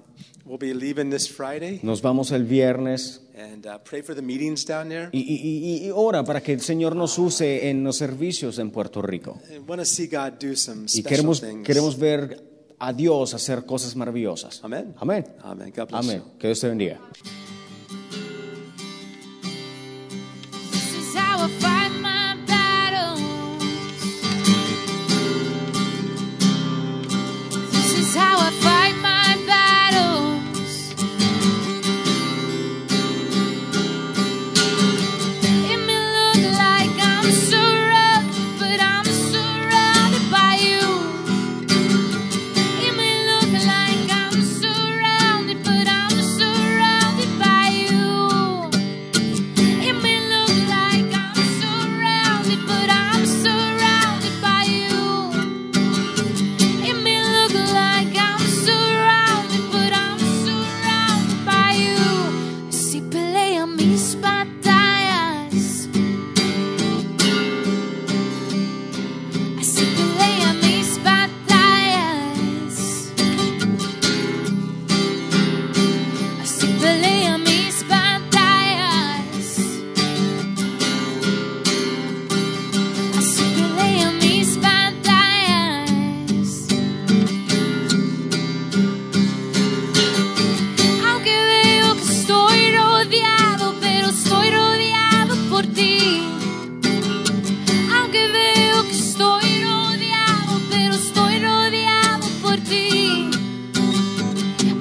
[SPEAKER 1] we'll be leaving this Friday,
[SPEAKER 2] Nos vamos el viernes.
[SPEAKER 1] and uh, pray for the meetings down there.
[SPEAKER 2] Y, y- y- y ora para que el Señor nos use en los servicios en Puerto Rico.
[SPEAKER 1] I want to see God do some
[SPEAKER 2] Y
[SPEAKER 1] special
[SPEAKER 2] queremos,
[SPEAKER 1] things.
[SPEAKER 2] queremos ver a Dios hacer cosas maravillosas.
[SPEAKER 1] Amén.
[SPEAKER 2] Amén.
[SPEAKER 1] Amen. God bless you.
[SPEAKER 2] Amén. Que Dios te bendiga.
[SPEAKER 3] This is how I fight my battles. This is how I fight my battles. It may look like I'm surrounded, but I'm surrounded by you. It may look like I'm surrounded, but I'm surrounded by you. It may look like I'm surrounded, but I'm surrounded by you. It may look like I'm surrounded, but I'm surrounded by you. Si pelea mis batallas. Así pelea mis batallas. Así pelea mis batallas. Así pelea mis batallas. Aunque veo que estoy rodeado, pero estoy rodeado por ti. Aunque veo que estoy rodeado, pero estoy rodeado por ti.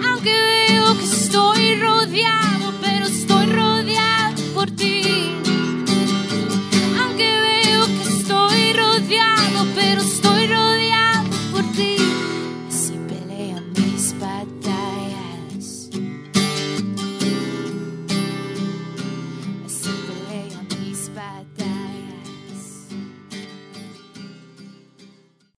[SPEAKER 3] Aunque veo que estoy rodeado.